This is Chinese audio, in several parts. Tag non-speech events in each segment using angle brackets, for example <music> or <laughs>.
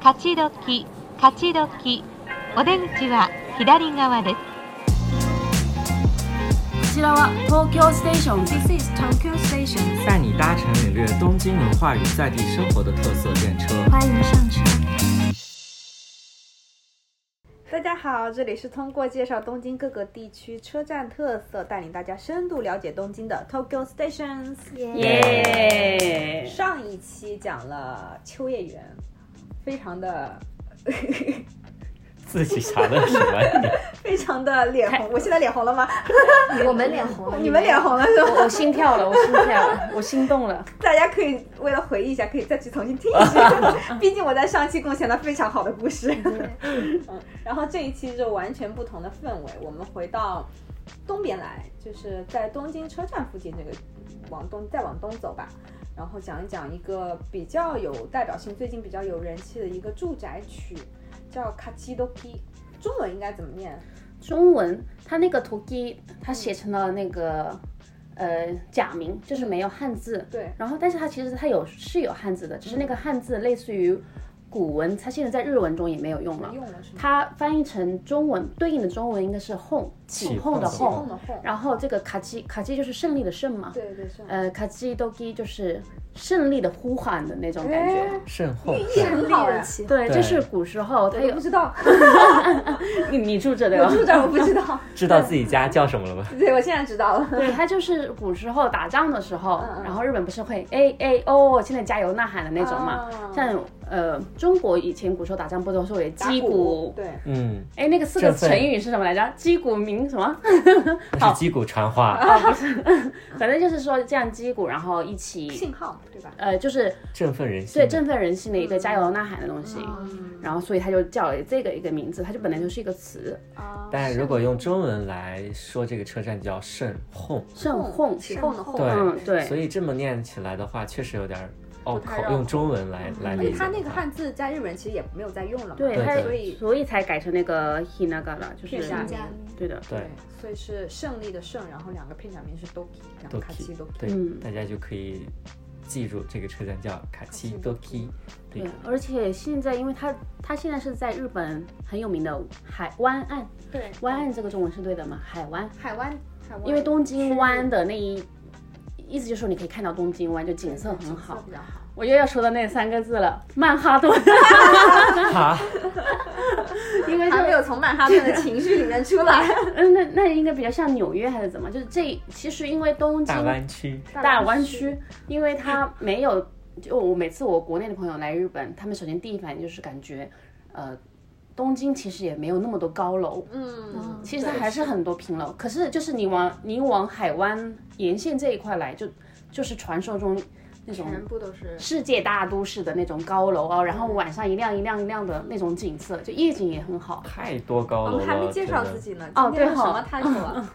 勝ち時勝ち時お出口は左側ですこちらは東京ステーション This is Tokyo Station，带你搭乘领略东京文化与在地生活的特色电车。欢迎上车。大家好，这里是通过介绍东京各个地区车站特色，带领大家深度了解东京的 Tokyo Stations。耶！上一期讲了秋叶原，非常的 <laughs> 自己想的什么？你非常的脸红，我现在脸红了吗？我们脸红 <laughs> 了，你们脸红了是我吗？我心跳了，我心跳了，我心动了。大家可以为了回忆一下，可以再去重新听一 <laughs> 下，毕竟我在上期贡献了非常好的故事。 <laughs> 嗯，然后这一期就完全不同的氛围，我们回到东边来，就是在东京车站附近这个往东再往东走吧，然后讲一讲一个比较有代表性、最近比较有人气的一个住宅区，叫卡奇多基，中文应该怎么念？中文它那个 “toki”，它写成了那个呃假名，就是没有汉字。对，然后，但是它其实它有是有汉字的，只是那个汉字类似于古文，它现在在日文中也没有用了。用了是吗？它翻译成中文对应的中文应该是 “home”，起起哄的哄起哄 “home”。的哄，然后这个卡基卡基就是胜利的胜嘛，对对是。呃，卡基多基就是胜利的呼喊的那种感觉。哎慎 <laughs> 后。寓意很好哎，起对，对就是古时候他我都有不 <laughs> 知道，你你住这对啊我吧？住这儿我不 <laughs> 知道。知道自己家叫什么了吗？对，我现在知道了。对，他就是古时候打仗的时候，嗯嗯嗯然后日本不是会哎哎哦，现在加油呐喊的那种嘛。啊像呃，中国以前古时候打仗不都是为打击鼓鼓？对，嗯，哎，那个四个振奋成语是什么来着？击鼓鸣什嗯么？那是击鼓传话，反正就是说这样击鼓，然后一起信号对吧？呃，就是振奋人心。对振奋人心的一个加油呐喊的东西。嗯然后所以他就叫了这个一个名字，它就本来就是一个词，啊，但如果用中文来说，这个车站叫慎后，胜哄。起哄的哄，对嗯，对。所以这么念起来的话，确实有点拗不太口。绕口用中文来来而理且解，他那个汉字在日本其实也没有在用了嘛，对，对它所以所以才改成那个 hinagana，就是片假名对的，对，所以是胜利的胜，然后两个片假名是 doki，然后卡奇 doki， doki，对嗯，大家就可以记住这个车站叫卡奇多基。对嗯对，而且现在因为它它现在是在日本很有名的海湾岸，对，湾岸这个中文是对的吗？海湾，海湾，海湾，因为东京湾的那一。意思就是说，你可以看到东京湾，就景色很景色好比。较好，我又要说的那三个字了，曼哈顿。 <laughs> 哈，因为就还没有从曼哈顿的情绪里面出来，嗯，那那应该比较像纽约还是怎么？就是这其实因为东京大湾区 <laughs> 大湾区，因为它没有，就我每次我国内的朋友来日本，他们首先第一反应就是感觉，呃，东京其实也没有那么多高楼， <laughs> 嗯，其实它还是很多平楼，可是就是你往你往海湾沿线这一块来，就就是传说中那种全部都是世界大都市的那种高楼嗯哦，然后晚上一亮一亮一亮的那种景色，就夜景也很好。太多高我楼们哦还没了，介真绍自的。己呢，哦嗯今天对有吼什么探索 <laughs> 啊？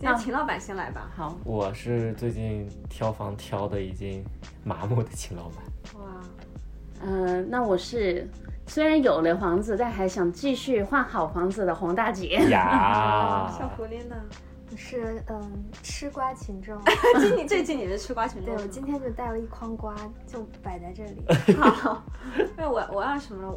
今天秦老板先来吧，好，我是最近挑房挑的已经麻木的秦老板， <laughs> 哇，嗯、那我是虽然有了房子，但还想继续换好房子的黄大姐。 <laughs> 呀，小狐狸呢？我是嗯吃瓜 <laughs> 群众，今你这季你是吃瓜群众对吗，我今天就带了一筐瓜，就摆在这 <laughs> 里。好，因为我我要什么了？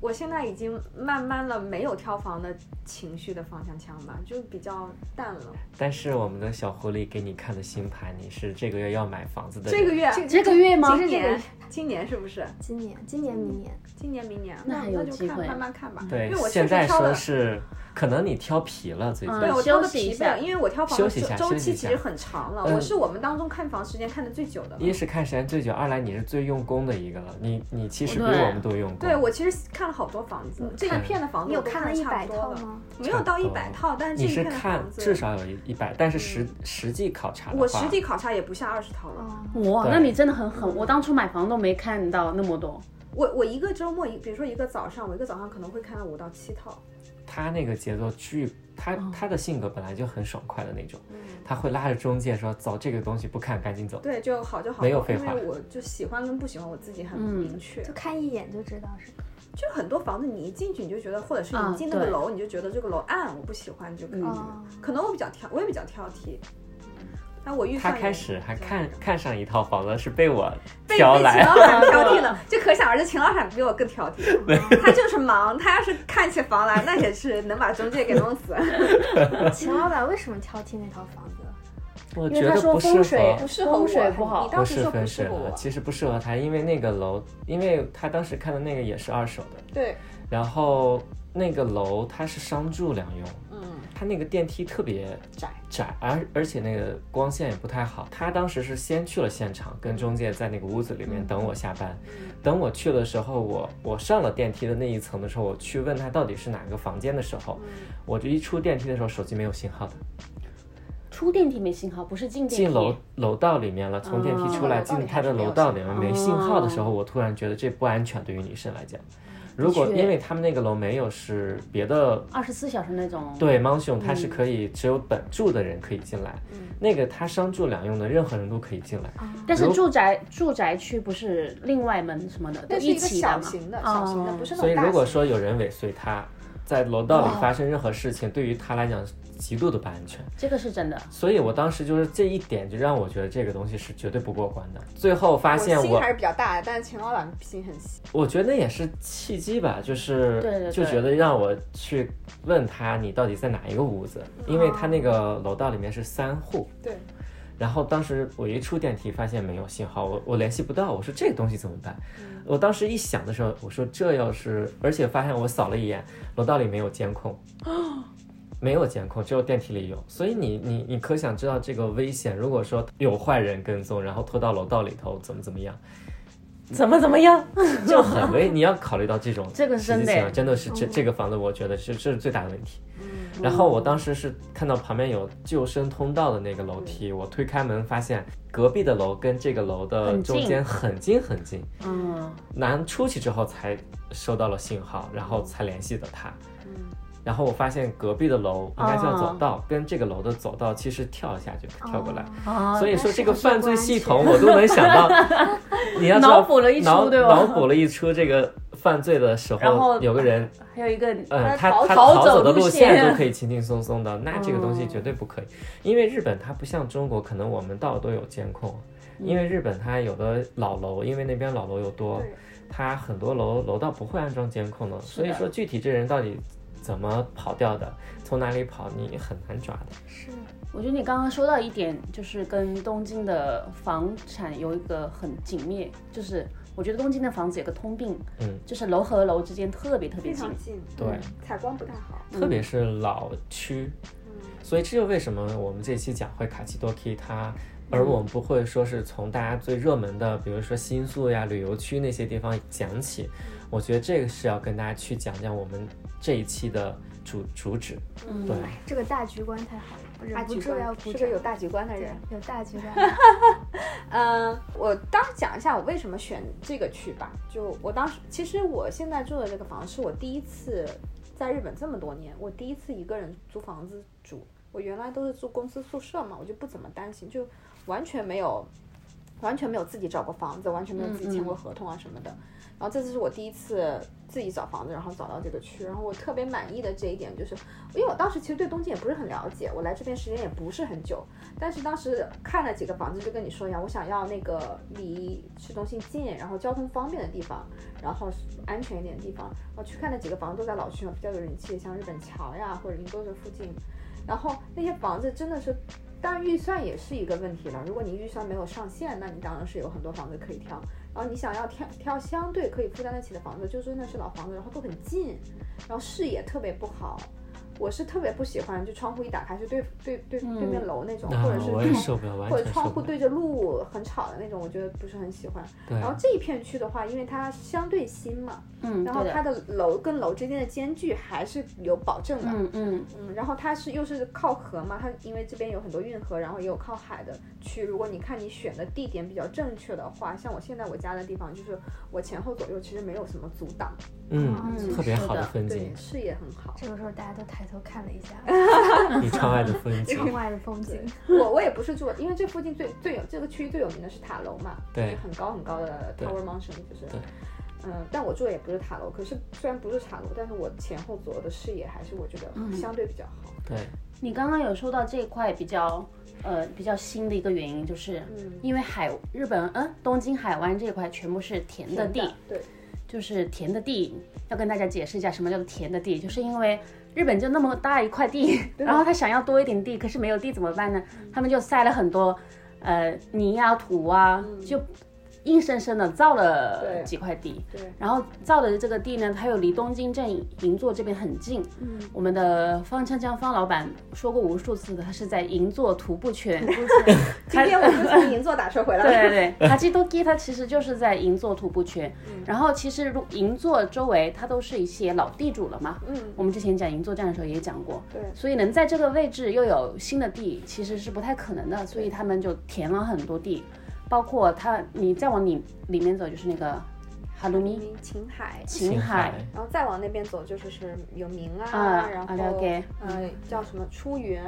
我现在已经慢慢的没有挑房的情绪的方向枪吧，就比较淡了。但是我们的小狐狸给你看的星盘，你是这个月要买房子的人。这个月，这个月吗？今年，今年是不是？今年，今年，明年，今年、明年？那那还有就机看会慢慢看吧。因嗯对为我，确现实在挑说了，是可能你挑皮了，最近嗯对我挑的休息一疲惫下了，因为我挑房休的息一下周周休息期一其下实很长了，嗯我是我们当中看房时间看的最久的了。一是看时间最久，二来你是最用功的一个了。你你其实比对我们都用功。对，我其实看了好多房子，这一片的房子你有我都看看了得一差百不多套了，吗？没有到一百差不套，但是这你一是片的看房子，嗯至少有一一百，但是实、实际考察的话，我实地考察也不下二十套了。哦，哇，对那你真的很狠！我当初买房都没看到那么多，我我一个周末一，比如说一个早上，我一个早上可能会看到五到七套。他那个节奏巨，他哦他的性格本来就很爽快的那种，他会拉着中介说走，这个东西不看，赶紧走。嗯对，就好就好，没有废因话为我就喜欢跟不喜欢，我自己很嗯明确。就看一眼就知道是。就很多房子你一进去你就觉得，或者是啊你进那个对嗯楼、你就觉得这个楼暗，我不喜欢就可以了。哦，可能我比较挑，我也比较挑剔。那我预他算开也始还看看上一套，否则是被我被被挑秦来。老 <laughs> 板挑剔了，就可想而知，秦老板比我更挑剔。他就是忙，他要是看起房来，那也是能把中介给弄死。秦老板为什么挑剔那套房子？我因觉为他得说不适风水合，适合 <laughs> 我风水不好你当时是说不分适适合合我，，其实不适合他，因为那个楼，因为他当时看的那个也是二手的，对，然后那个楼它是商住两用，嗯，它那个电梯特别窄，窄，而而且那个光线也不太好。他当时是先去了现场，跟中介在那个屋子里面等我下班。等我去的时候，我我上了电梯的那一层的时候，我去问他到底是哪个房间的时候，我就一出电梯的时候，手机没有信号的，出电梯没信号，不是进电梯。进楼楼道里面了，从电梯出来、哦进他的楼道里面哦没信号的时候，我突然觉得这不安全，对于女生来讲。如果的确因为他们那个楼没有是别的二十四小时那种。对，猫熊它是可以只有本住的人可以进来，那个它商住两用的，任何人都可以进来。但是如住宅住宅区不是另外门什么的，都那是一一个起的小嘛。型的，哦小型的，不是那所以种大型的。哦如果说有人尾随它，在楼道里发生任何事情，对于它来讲极度的不安全。这个是真的。所以我当时就是这一点就让我觉得这个东西是绝对不过关的。最后发现心我还，是比较大的，但是秦老板心很细。我觉得那也是契机吧，就是对对就对觉得让我去问他你到底在哪一个屋子，因为他那哦个楼道里面是三户。对，然后当时我一出电梯，发现没有信号，我我联系不到，我说这个东西怎么办？嗯我当时一想的时候，我说这要是，而且发现我扫了一眼，楼道里没有 <laughs> 监控，没有监控，只有电梯里有，所以你你你可想知道这个危险。如果说有坏人跟踪，然后拖到楼道里头，怎么怎么样，怎么怎么样？就很危。你要考虑到这种这个是嗯真的实际情况耶真的是这这个房子，我觉得是这是最大的问题。嗯然后我当时是看到旁边有救生通道的那个楼梯，嗯我推开门发现隔壁的楼跟这个楼的很近中间很近很近，嗯，难出去之后才收到了信号，然后才联系的他。然后我发现隔壁的楼应该叫走哦道，跟这个楼的走道其实跳一下就跳过来。哦啊所以说这个那是不犯是罪不安系全统我都能想到， <laughs> 你要知道脑补了一出脑对吧脑补了一出这个犯罪的时然后候，有个人还有一个嗯，他逃他逃走走的路线线都可以轻轻松松的，那这个东西绝对不可以，因为日本它不像中国，可能我们到都有监控，嗯因为日本它有的老楼，因为那边老楼又多对，它很多楼楼道不会安装监控的，所以说具体这人到底怎么跑掉的，从哪里跑，你很难抓的。是 <laughs> 我觉得你刚刚说到一点，就是跟东京的房产有一个很紧密，就是我觉得东京的房子有个通病，嗯，就是楼和楼之间特别特别非近常。近，对嗯，采光不太好。特别是老区，嗯所以这就为什么我们这期讲会卡奇多 K 它，嗯而我们不会说是从大家最热门的，比如说新宿呀、旅游区那些地方讲起。嗯我觉得这个是要跟大家去讲讲我们这一期的主主旨。嗯对，这个大局观太好了，我大忍不局住观要是鼓个掌。有大局观的人。有大局观， <laughs> 嗯，我当时讲一下我为什么选这个区吧。就我当时，其实我现在住的这个房是我第一次在日本这么多年，我第一次一个人租房子住。我原来都是住公司宿舍嘛，我就不怎么担心，就完全没有，完全没有自己找过房子，完全没有自己签过合同啊什么的。然后这次是我第一次自己找房子，然后找到这个区，然后我特别满意的这一点就是，因为我当时其实对东京也不是很了解，我来这边时间也不是很久，但是当时看了几个房子，就跟你说一样，我想要那个离市中心近，然后交通方便的地方，然后安全一点的地方。我去哦看了几个房子都在老区嘛，比较有人气的，像日本桥呀或者银都这附近。然后那些房子真的是，当然预算也是一个问题了。如果你预算没有上限，那你当然是有很多房子可以挑。然后你想要挑挑相对可以负担得起的房子，就真的是老房子，然后都很近，然后视野特别不好。我是特别不喜欢，就窗户一打开是对对对对面楼那种，啊哦或者是我也受不了，完或者全窗受不户了。哎对着路很吵的那种，我觉得不是很喜欢。对然后这一片区的话，因为它相对新嘛，嗯，然后对的它的楼跟楼之间的间距还是有保证的。嗯嗯，嗯，然后它是又是靠河嘛，它因为这边有很多运河，然后也有靠海的区。如果你看你选的地点比较正确的话，像我现在我家的地方，就是我前后左右其实没有什么阻挡，嗯，啊嗯特别是好的的风对景，，视野很好。这个时候大家都抬头看了一 <laughs> 下你窗外的风景，窗外的风景，我我也不是住，因为这附近最最有这个区域最有名的是塔楼嘛，对就是很高很高的对 Tower Mountain，就是对。嗯，但我做的也不是塔罗，可是虽然不是塔罗，但是我前后左右的视野还是我觉嗯得相对比较好。对，嗯你刚刚有说到这一块比较呃比较新的一个原因，就是嗯，因为海日本嗯东京海湾这块全部是田的地，对，就是田的地，要跟大家解释一下什么叫做田的地，就是因为日本就那么大一块地，然后他想要多一点地，可是没有地怎么办呢？他们就塞了很多呃泥啊土啊，就硬生生的造了嗯对几块地。对，然后造的这个地呢，它又离东京镇银座这边很近。嗯，我们的方锵锵方老板说过无数次的，他是在银座徒步 <laughs> 圈。今天我就从银座打车回来了。对对对，哈基多基它其实就是在银座徒步圈，然后其实如银座周围它都是一些老地主了嘛。嗯，我们之前讲银座站的时候也讲过，对所以能在这个位置又有新的地，其实是不太可能的，所以他们就填了很多地，包括它，你再往里里面走就是那个哈鲁米琴海，秦海海，然后再往那边走就是是有名啊，啊然后啊了解呃叫什么出云啊，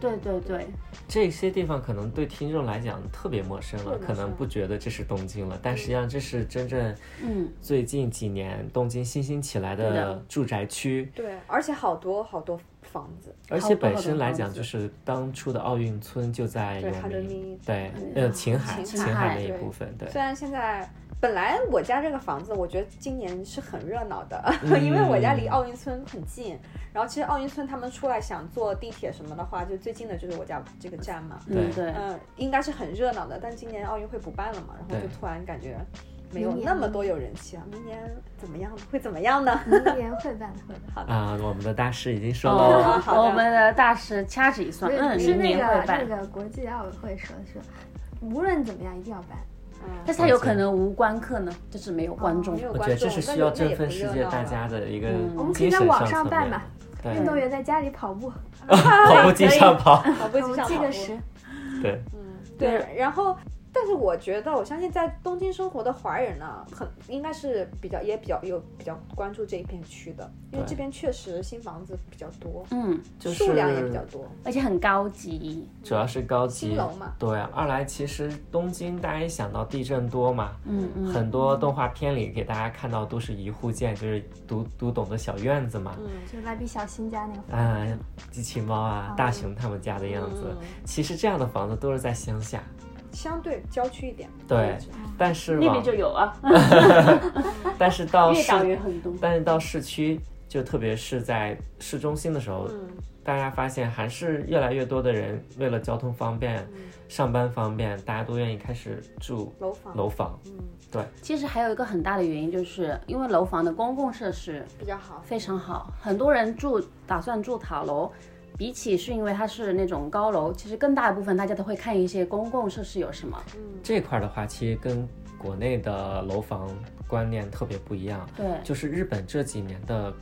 对对对，这些地方可能对听众来讲特别陌生了，特别陌生可能不觉得这是东京了，但实际上这是真正嗯，最近几年东京新兴起来对的的住宅区，对，而且好多好多房子，而好且多好本多身来房讲子就是当初的奥运村就在对有哈德名米，对，呃，秦海，秦海秦海那一对部分，对，虽然现在本来我家这个房子，我觉得今年是很热闹的，因为我家离奥运村很近。然后其实奥运村他们出来想坐地铁什么的话，就最近的就是我家这个站嘛。嗯对对，嗯，应该是很热闹的，但今年奥运会不办了嘛，然后对就突然感觉没有明年那么多有人气了。明年怎么样呢？会怎么样呢？明年会办会办。啊，我们的大师已经说了， <laughs> 哦好的我们的大师掐指一算，嗯，是明那年个会那办，个国际奥委会说说，无论怎么样一定要办。嗯，但是他有可能无观客呢，就是没有观众没。有我觉观得众，这是那需就要那也振奋不世热界闹大了家的一个嗯我们可精以在神网层上办面吧，对，运动员在家里跑步，跑步机可以上 <laughs> 跑，跑步机上这跑步个是对，嗯，对对，然后。但是我觉得，我相信在东京生活的华人呢，很应该是比较也比较有比较关注这一片区的，因为对这边确实新房子比较多，嗯，就是数量也比较多。而且很高级，主要是高新级楼嘛，对，啊二来其实东京大家一想到地震多嘛，嗯嗯，很多动画片里给大家看到都是一户建，就是独独栋的小院子嘛，嗯，就是蜡笔小新家那个房啊，机器猫哦啊，大熊他们家的样子，嗯其实这样的房子都是在乡下，相对郊区一点。对位置，但是啊那往边就有啊， <laughs> 但是到越岛市，也很多。但是到市区。就特别是在市中心的时候，嗯，大家发现还是越来越多的人为了交通方便、嗯上班方便，大家都愿意开始住楼嗯房嗯楼房。其实还有一个很大的原因，就是因为楼房的公共设施比较好。非常好，很多人住打算住塔楼。比起是因为它是那种高楼，其实更大一部分大家都会看一些公共设施有什么。嗯这块儿的话，其实跟国内的楼房观念特别不一样。对，就是日本这几年的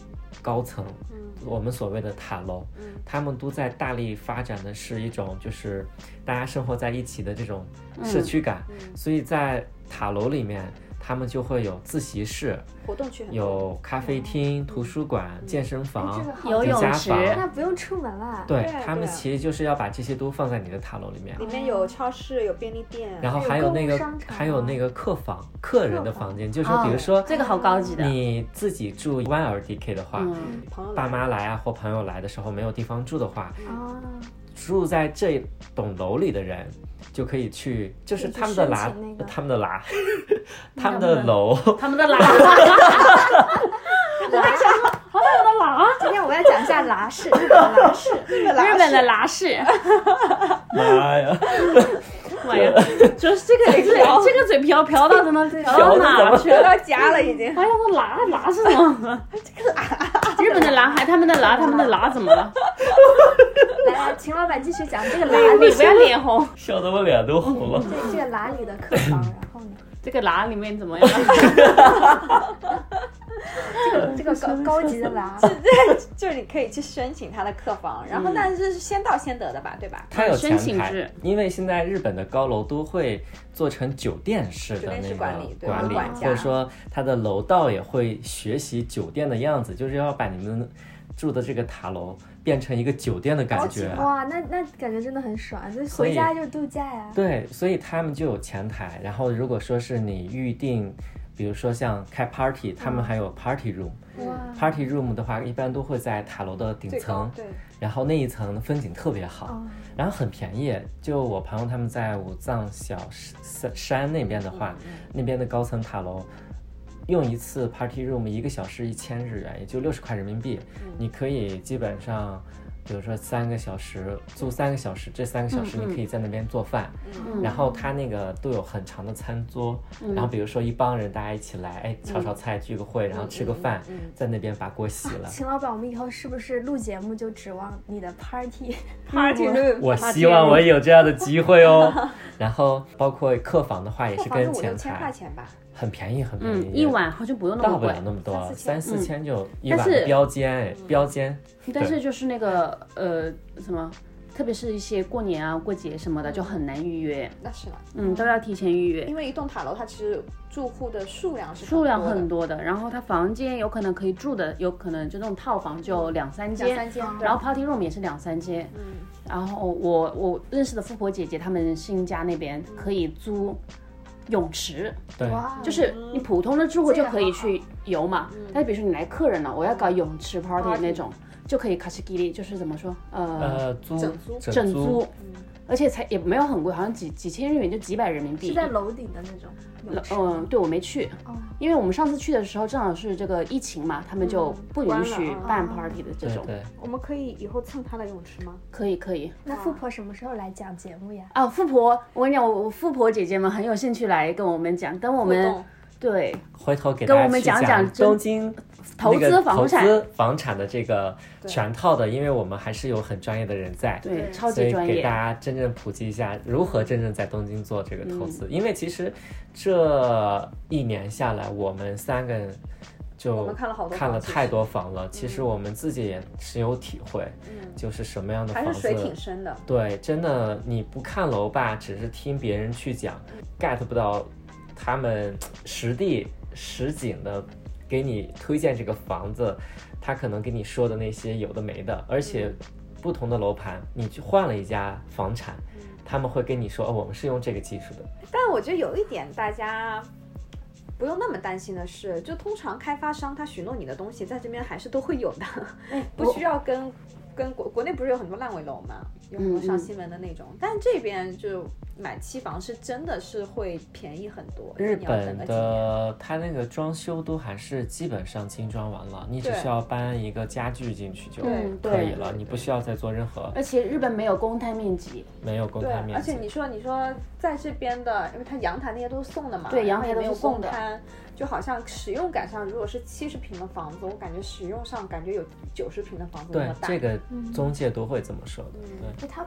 高层，嗯我们所谓的塔楼，嗯他们都在大力发展的是一种就是大家生活在一起的这种社区感，嗯，所以在塔楼里面，他们就会有自习室、活动区很多。有咖啡厅、图书馆、健身嗯哎房这个、好游自泳家池房那不用出门了。对对啊他们对啊其实就是要把这些都放在你的塔楼里面。里面有超市，有便利店。然后还啊还有有购那物个商场还有啊那个客房，客人的客房哦房间，就是比如说这个好高级的。你自己住 one LDK 的话，嗯，朋友来爸妈来啊或朋友来的时候没有地方住的话，啊，住在这栋楼里的人就可以去，就是可以去他们的啦申请那，个他们的啦，他们的楼，他们的 <laughs> 喇叭，啊今天我要讲一下 <laughs> 拉式，日本的拉式，日本的喇 <laughs> 氏。妈呀，妈呀，就是这个这个这个嘴瓢瓢到怎么 <laughs> 到瓢到哪去回了？到家了已经。哎呀，这拉拉是什 <laughs> 么？这个日本的拉还他们的 <laughs> 拉，他们的拉怎么了？来来，秦老板继续讲这个拉哎你里，不要脸红，笑得我脸都红了。这这个拉里的客房，然后呢， <laughs> 这个拉里面怎么样？嗯这个高高级的拉，就是你可以去申请他的客房，然嗯后但是是先到先得的吧，对吧？它有前申请台制，因为现在日本的高楼都会做成酒店式的酒店那式个管管理理，对管或家者说它的楼道也会学习酒店的样子，就是要把你们住的这个塔楼变成一个酒店的感觉。啊哇，那那感觉真的很爽，就所以回家就是度假呀。对，所以他们就有前台，然后如果说是你预定比如说像开 party，他嗯们还有 party room。哇， party room 的话，一般都会在塔楼的顶最高层，对，然后那一层的风景特别好，哦然后很便宜。就我朋友他们在武藏小山山那边的话，嗯那边的高层塔楼，用一次 party room 一个小时一千日元，也就六十块人民币，嗯你可以基本上。比如说三个小时租三个小时，这三个小时嗯嗯你可以在那边做饭，嗯然后他那个都有很长的餐桌，然后比如说一帮人大家一起来，哎，炒炒菜聚个会，然后吃个饭，嗯在那边把锅洗了。秦老板，我们以后是不是录节目就指望你的 party？ party room 我希望我有这样的机会哦。然后包括客房的话也客是房是跟五六前千块台，钱吧，很便宜，很便宜， <laughs> <laughs> 嗯，一晚好像不用那到么不贵了，那么多，啊三三四四千就一但晚是标间，哎，标间。但是就是那个呃什么，特别是一些过年啊、过节什么的，就很难预约，那是了，嗯，都要提前预约，因为一栋塔楼它其实住户的数量是数量多的很多的。然后它房间有可能可以住的，有可能就那种套房就两三两间，三间，对然后 party room 也是两三间。嗯然后我我认识的富婆姐姐，她们新家那边可以租泳池，对，哇，就是你普通的住户哦这就样可以好嗯去游嘛，但是比如说你来客人了，我要搞泳池 party 那种，就可以卡西吉利，就是怎么说，呃，呃，租整租整租租，嗯而且才也没有很贵，好像几几千日元就几百人民币是。在楼顶的那种哦泳池。嗯，对，我没去，因为我们上次去的时候正好是这个疫情嘛，他们就不嗯关允了许啊办 party 的这对种。对，我们可以以后蹭他的泳池吗？可以可以那富婆什么时候来讲节目呀？啊，富婆，我跟你讲，我我富婆姐姐们很有兴趣来跟我们讲，跟我互们动对回头给跟大我家们去讲讲讲真东京投那个资房产投资房产的这个全套的，因为我们还是有很专业的人在，对对超所级以专给业大，家真正普及一下如何真正在东京做这个投资。嗯因为其实这一年下来，我们三个人我就们看了好多房看了其实嗯太多房了。其实我们自己也深有体会，就是什么样的还房是子水挺深的，对，真的你不看楼吧，只是听别人去讲，get 不到他们实地实景的给你推荐这个房子，他可能跟你说的那些有的没的，而嗯且不同的楼盘，你去换了一家房产，嗯他们会跟你说，哦，我们是用这个技术的，但我觉得有一点大家不用那么担心的是，就通常开发商他许诺你的东西，在这边还是都会有的，不需要跟跟国国内不是有很多烂尾楼嘛，有很多上新闻的那种，但这边就买期房是真的是会便宜很多，日你要等本个几年。的它那个装修都还是基本上精装完了，你只对需要搬一个家具进去就对呃可以对了，你不需要再做任何而且日本没有公摊面积，没有公对摊，面而积且。你说你说在这边的，因为它阳台那些都是送的嘛，对然阳后台也都没有是送供的摊，就好像使用感上，如果是七十平的房子，我感觉使用上感觉有九十平的房子那对么，大。嗯这个中介都会这么说的。哎，他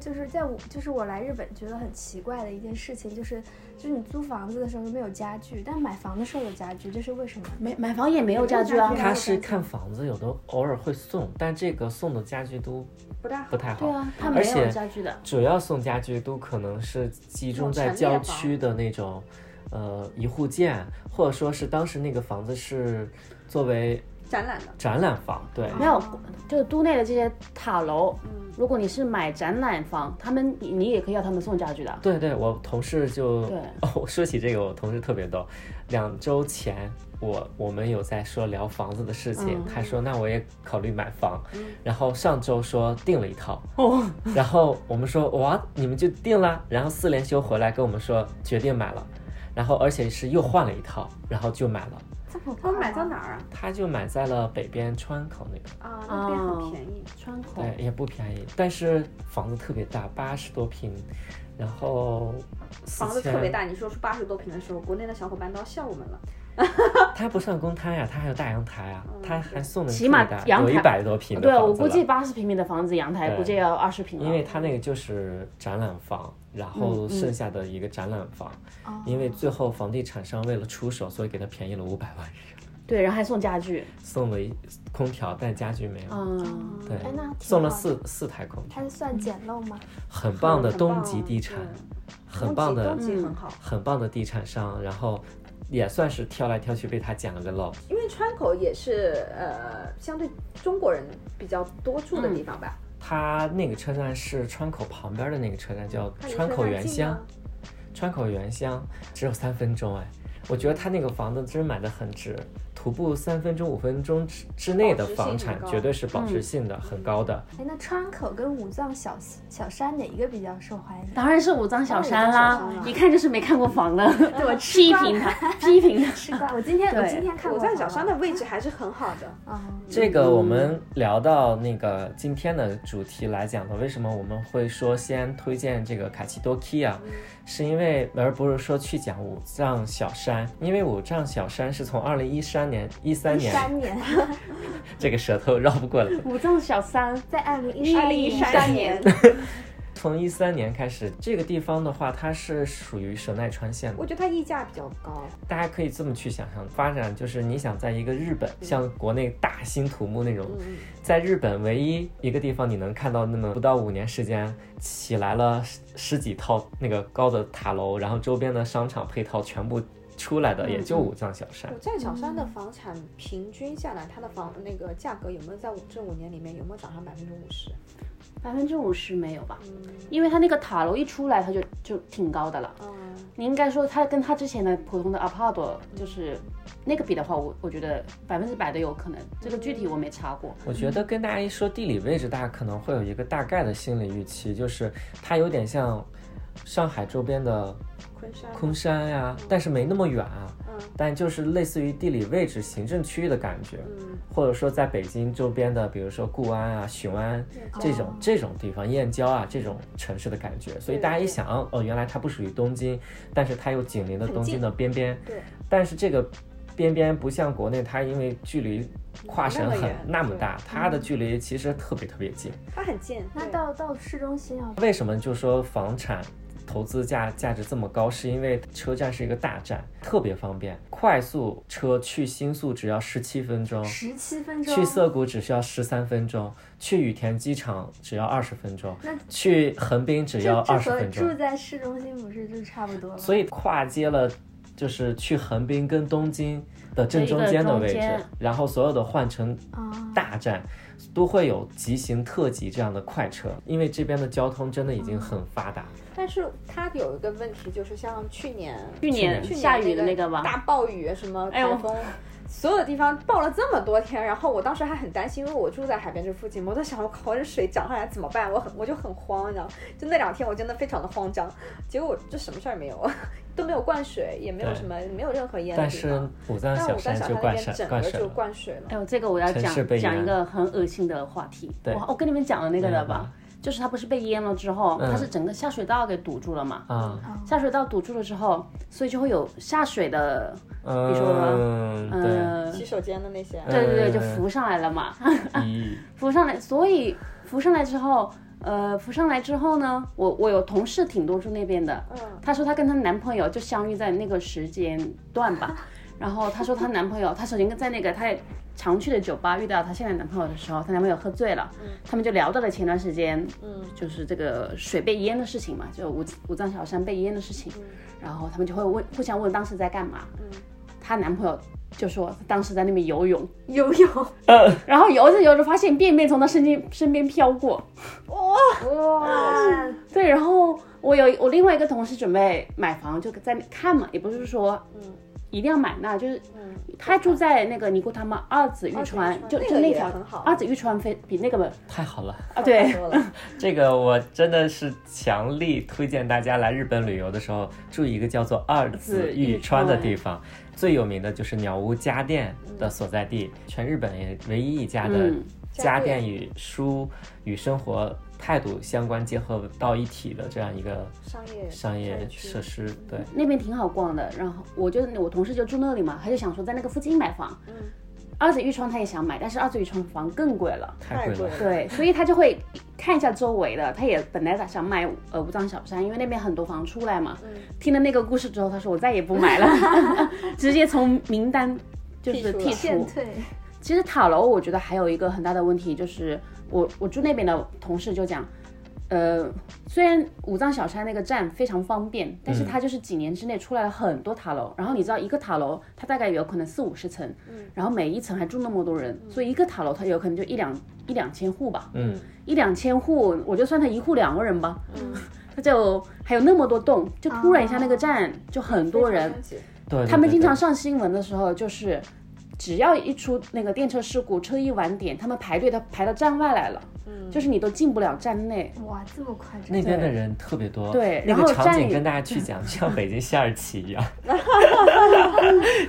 就是在我就是我来日本觉得很奇怪的一件事情，就是就是你租房子的时候没有家具，但买房的时候有家具，这是为什么？买买房也没有家具啊没有家具对，啊他是看房子，有的偶尔会送，但这个送的家具都不太好不。太好。对啊，他而没有且家具的，主要送家具都可能是集中在郊区的那种，呃，一户建，或者说是当时那个房子是作为展哦览的，展览房，对，没有，就是都内的这些塔楼，如果你是买展览房，他们你你也可以要他们送家具的，对对，我同事就对 <laughs> 哦，我说起这个，我同事特别逗。两周前，我我们有在说聊房子的事嗯情，他说那我也考虑买房，然后上周说订了一套，哦，然后我们说哇，你们就定了，然后四连休回来跟我们说决定买了，然后而且是又换了一套，然后就买了，这么他快们买在吗哪儿啊？他就买在了北边川口那边，啊，那边哦很便宜。窗口对，也不便宜，但是房子特别大，八十多平，然后房子4000特别大，你说出八十多平的时候，国内的小伙伴都要笑我们了。它不算公摊呀，它还有大阳台啊，它还送嗯的起码阳有一台百多平的对，啊房子我估了计八十平米的房子，阳台对估计要二十平了。因为它那个就是展览房，然嗯后剩下的一个展览房，哦因为最后房地产商为了出手，所以给它便宜了五百万日元，对，然后还送家具，送了一空调，但家具没有，嗯，对哎那挺，送了好的四四台空调它，是算简陋吗？很棒的很棒啊东极地产，嗯对很棒的东极东极很好，很棒的地产商，然后也算是挑来挑去被他捡了个漏，因为川口也是呃相对中国人比较多住的地方吧。他那个车站是川口旁边的那个车站，叫嗯它离川口车站原近乡吗。川口原乡只有三分钟哎，我觉得他那个房子真买的很值，徒步三分钟、五分钟之之内的房产保值性很高绝对是保值性的、很高的。嗯哎，那川口跟武藏小小山哪一个比较受欢迎？当然是武藏小山当然啦是武藏小，山一看就是没看过房的。我批评他，批评他。吃瓜。我今天我对今天看我过在好小了山的位置还是很好 <laughs> 的，啊，这个我们聊到那个今天的主题来讲的，为什么我们会说先推荐这个卡奇多 key 啊？嗯是因为而不是说去讲五藏小山，因为五藏小山是从二零一三年一三一年三年， <laughs> 这个舌头绕不过来，武藏小山，在二零一三2013年， <laughs> 从一三年开始，这个地方的话，它是属于神奈川县的我。觉得它溢价比较高。大家可以这么去想象，发展就是你想在一个日本，像国内大兴土木那种，嗯在日本唯一一个地方你能看到那么不到五年时间起来了十十几套那个高的塔楼，然后周边的商场配套全部出来嗯的也就五藏小山我。在小山嗯的房产平均下来，它的房那个价格有没有在五这五年里面有没有涨上百分之五十？百分之五十没有吧？因为他那个塔楼一出来，他就就挺高的了。嗯，你应该说他跟他之前的普通的 apart 就是那个比的话，我我觉得百分之百的有可能。这个具体我没查过。我觉得跟大家一说地理位置，大家可能会有一个大概的心理预期，就是它有点像上海周边的昆山，昆山呀、但是没那么远啊，嗯但就是类似于地理位置、行政区域的感觉，嗯，或者说在北京周边的，比如说固安啊、雄安这种这种地方、燕郊啊这种城市的感觉。所以大家一想，哦，原来它不属于东京，但是它又紧邻的很东京近的边边，对，但是这个边边不像国内，它因为距离跨省那么很远那么对大，它的距离其实特别特别近。它很近。那对到到市中心要为什么就说房产投资价价值这么高？是因为车站是一个大站，特别方便，快速车去新宿只要十七分钟，十七分钟，去涩谷只需要十三分钟，去羽田机场只要二十分钟那，去横滨只要这二这十所分以住钟，在市中心不是就差不多了？所以跨接了。就是去横滨跟东京的正中间的位这一个中置间，然后所有的换乘啊，大站，都会有急行、特急这样的快车，因为这边的交通真的已经很发达了。但是它有一个问题，就是像去年去年去年下雨的那个吧，大暴雨什么哎呦台风。所有地方暴了这么多天，然后我当时还很担心，因为我住在海边这附近嘛，我在想，我靠，这水涨上来怎么办？我很我就很慌，你知道吗，就那两天我真的非常的慌张，结果就什么事儿没有， <laughs> 都没有灌水，也没有对什么，没有任何淹的但地是方。武藏但小我在山就小山那灌边水整灌个水就了。灌水了，哎呦，这个我要城讲市被淹讲一个很恶心的话题。对哇，我跟你们讲的那个了吧嗯？就是它不是被淹了之后，嗯它是整个下水道给堵住了嘛？啊，下水道堵住了之后，所以就会有下水的，嗯，说对，呃，洗手间的那些，嗯对对对，就浮上来了嘛，咦浮上来，所以浮上来之后，呃，浮上来之后呢，我我有同事挺多住那边的，嗯，她说她跟她男朋友就相遇在那个时间段 <laughs> 吧，然后她说她男朋友，她首先在那个她常去的酒吧遇到她现在男朋友的时候，她男朋友喝醉了，他们就聊到了前段时间，嗯，就是这个水被淹的事情嘛，就五五藏小山被淹的事情，嗯然后他们就会问互相问当时在干嘛，她男朋友就说当时在那边游泳，游 <laughs> 泳然后游着游着发现便便从她身边身边飘过，哇，对，然后我有我另外一个同事准备买房，就在看嘛，也不是说嗯一定要买那，就是他住在那个尼姑他们二子玉二川子玉，川就那个就那也条很好二子玉川非比那个太好了！啊对差不多了这个我真的是强力推荐大家来日本旅游的时候住一个叫做二子玉川的地方，最有名的就是鸟屋家电的所在地，全日本也唯一一家的嗯家电与书与生活态度相关结合到一体的这样一个商业商业区设施。对，那边挺好逛的，然后我就我同事就住那里嘛，他就想说在那个附近买房，嗯二子玉川他也想买，但是二子玉川房更贵了。太贵太贵了了。对，所以他就会看一下周围的。他也本来想买呃五藏小山，因为那边很多房出来嘛。听了那个故事之后，他说我再也不买了，直接从名单就是剔除了剔劝除。退，其实塔楼我觉得还有一个很大的问题，就是我我住那边的同事就讲，呃，虽然五藏小山那个站非常方便，但是它就是几年之内出来了很多塔楼，然后你知道一个塔楼它大概有可能四五十层，然后每一层还住那么多人，所以一个塔楼它有可能就一两一两千户吧，嗯，一两千户，我就算它一户两个人 <laughs> 嗯吧，它就还有那么多栋，就突然一下那个站就很多人，嗯非常拥挤对，他们经常是上新闻的时候，就是只要一出那个电车事故，车一晚点，他们排队都排到站外来了，嗯就是你都进不了站内。哇，这么夸张那！边的人特别多，对那然后个场站景也跟大 <laughs> 家去讲，就像北京下二旗一样， <laughs>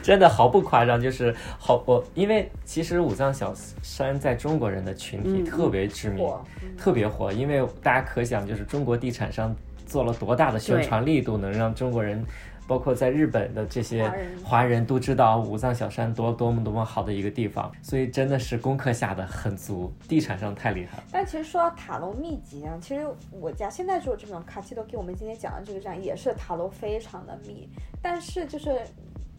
真的毫不夸张，就是好我因为其实五藏小山在中国人的群体嗯特别知名，火嗯特别火，因为大家可想就是中国地产商做了多大的宣传力度，能让中国人。包括在日本的这些华人华人都知道五藏小山多多么多么好的一个地方，所以真的是功课下的很足，地产商太厉害了。但其实说到塔楼秘籍啊，其实我家现在住的这种卡奇多给我们今天讲的这个站也是塔楼非常的密，但是就是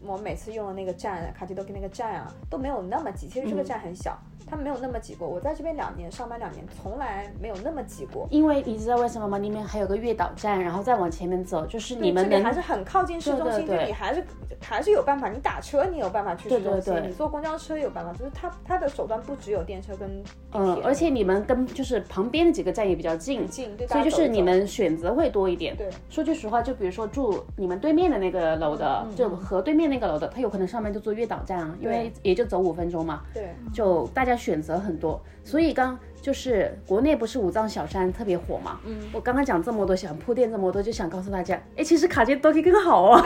我每次用的那个站卡奇多给那个站啊都没有那么挤，其实这嗯个站很小，它没有那么挤过。我在这边两年上班两年，从来没有那么挤过。因为你知道为什么吗？那边还有个月岛站，然后再往前面走，就是对你们这里能还是很靠近市中对对心，对就你还是还是有办法，你打车你有办法去市中对心，对对你坐公交车有办法，就是它它的手段不只有电车跟地嗯，铁，而且你们跟就是旁边的几个站也比较近很，近，对，所以就是你们选择会多一点。对说句实话，就比如说住你们对面的那个楼的，就和对面那个楼的，它有可能上面就做月岛站啊，因为也就走五分钟嘛，对就大家选择很多。所以刚就是国内不是五藏小山特别火嘛，嗯，我刚刚讲这么多，想铺垫这么多，就想告诉大家，哎，其实卡街多可以更好 <laughs> 哦，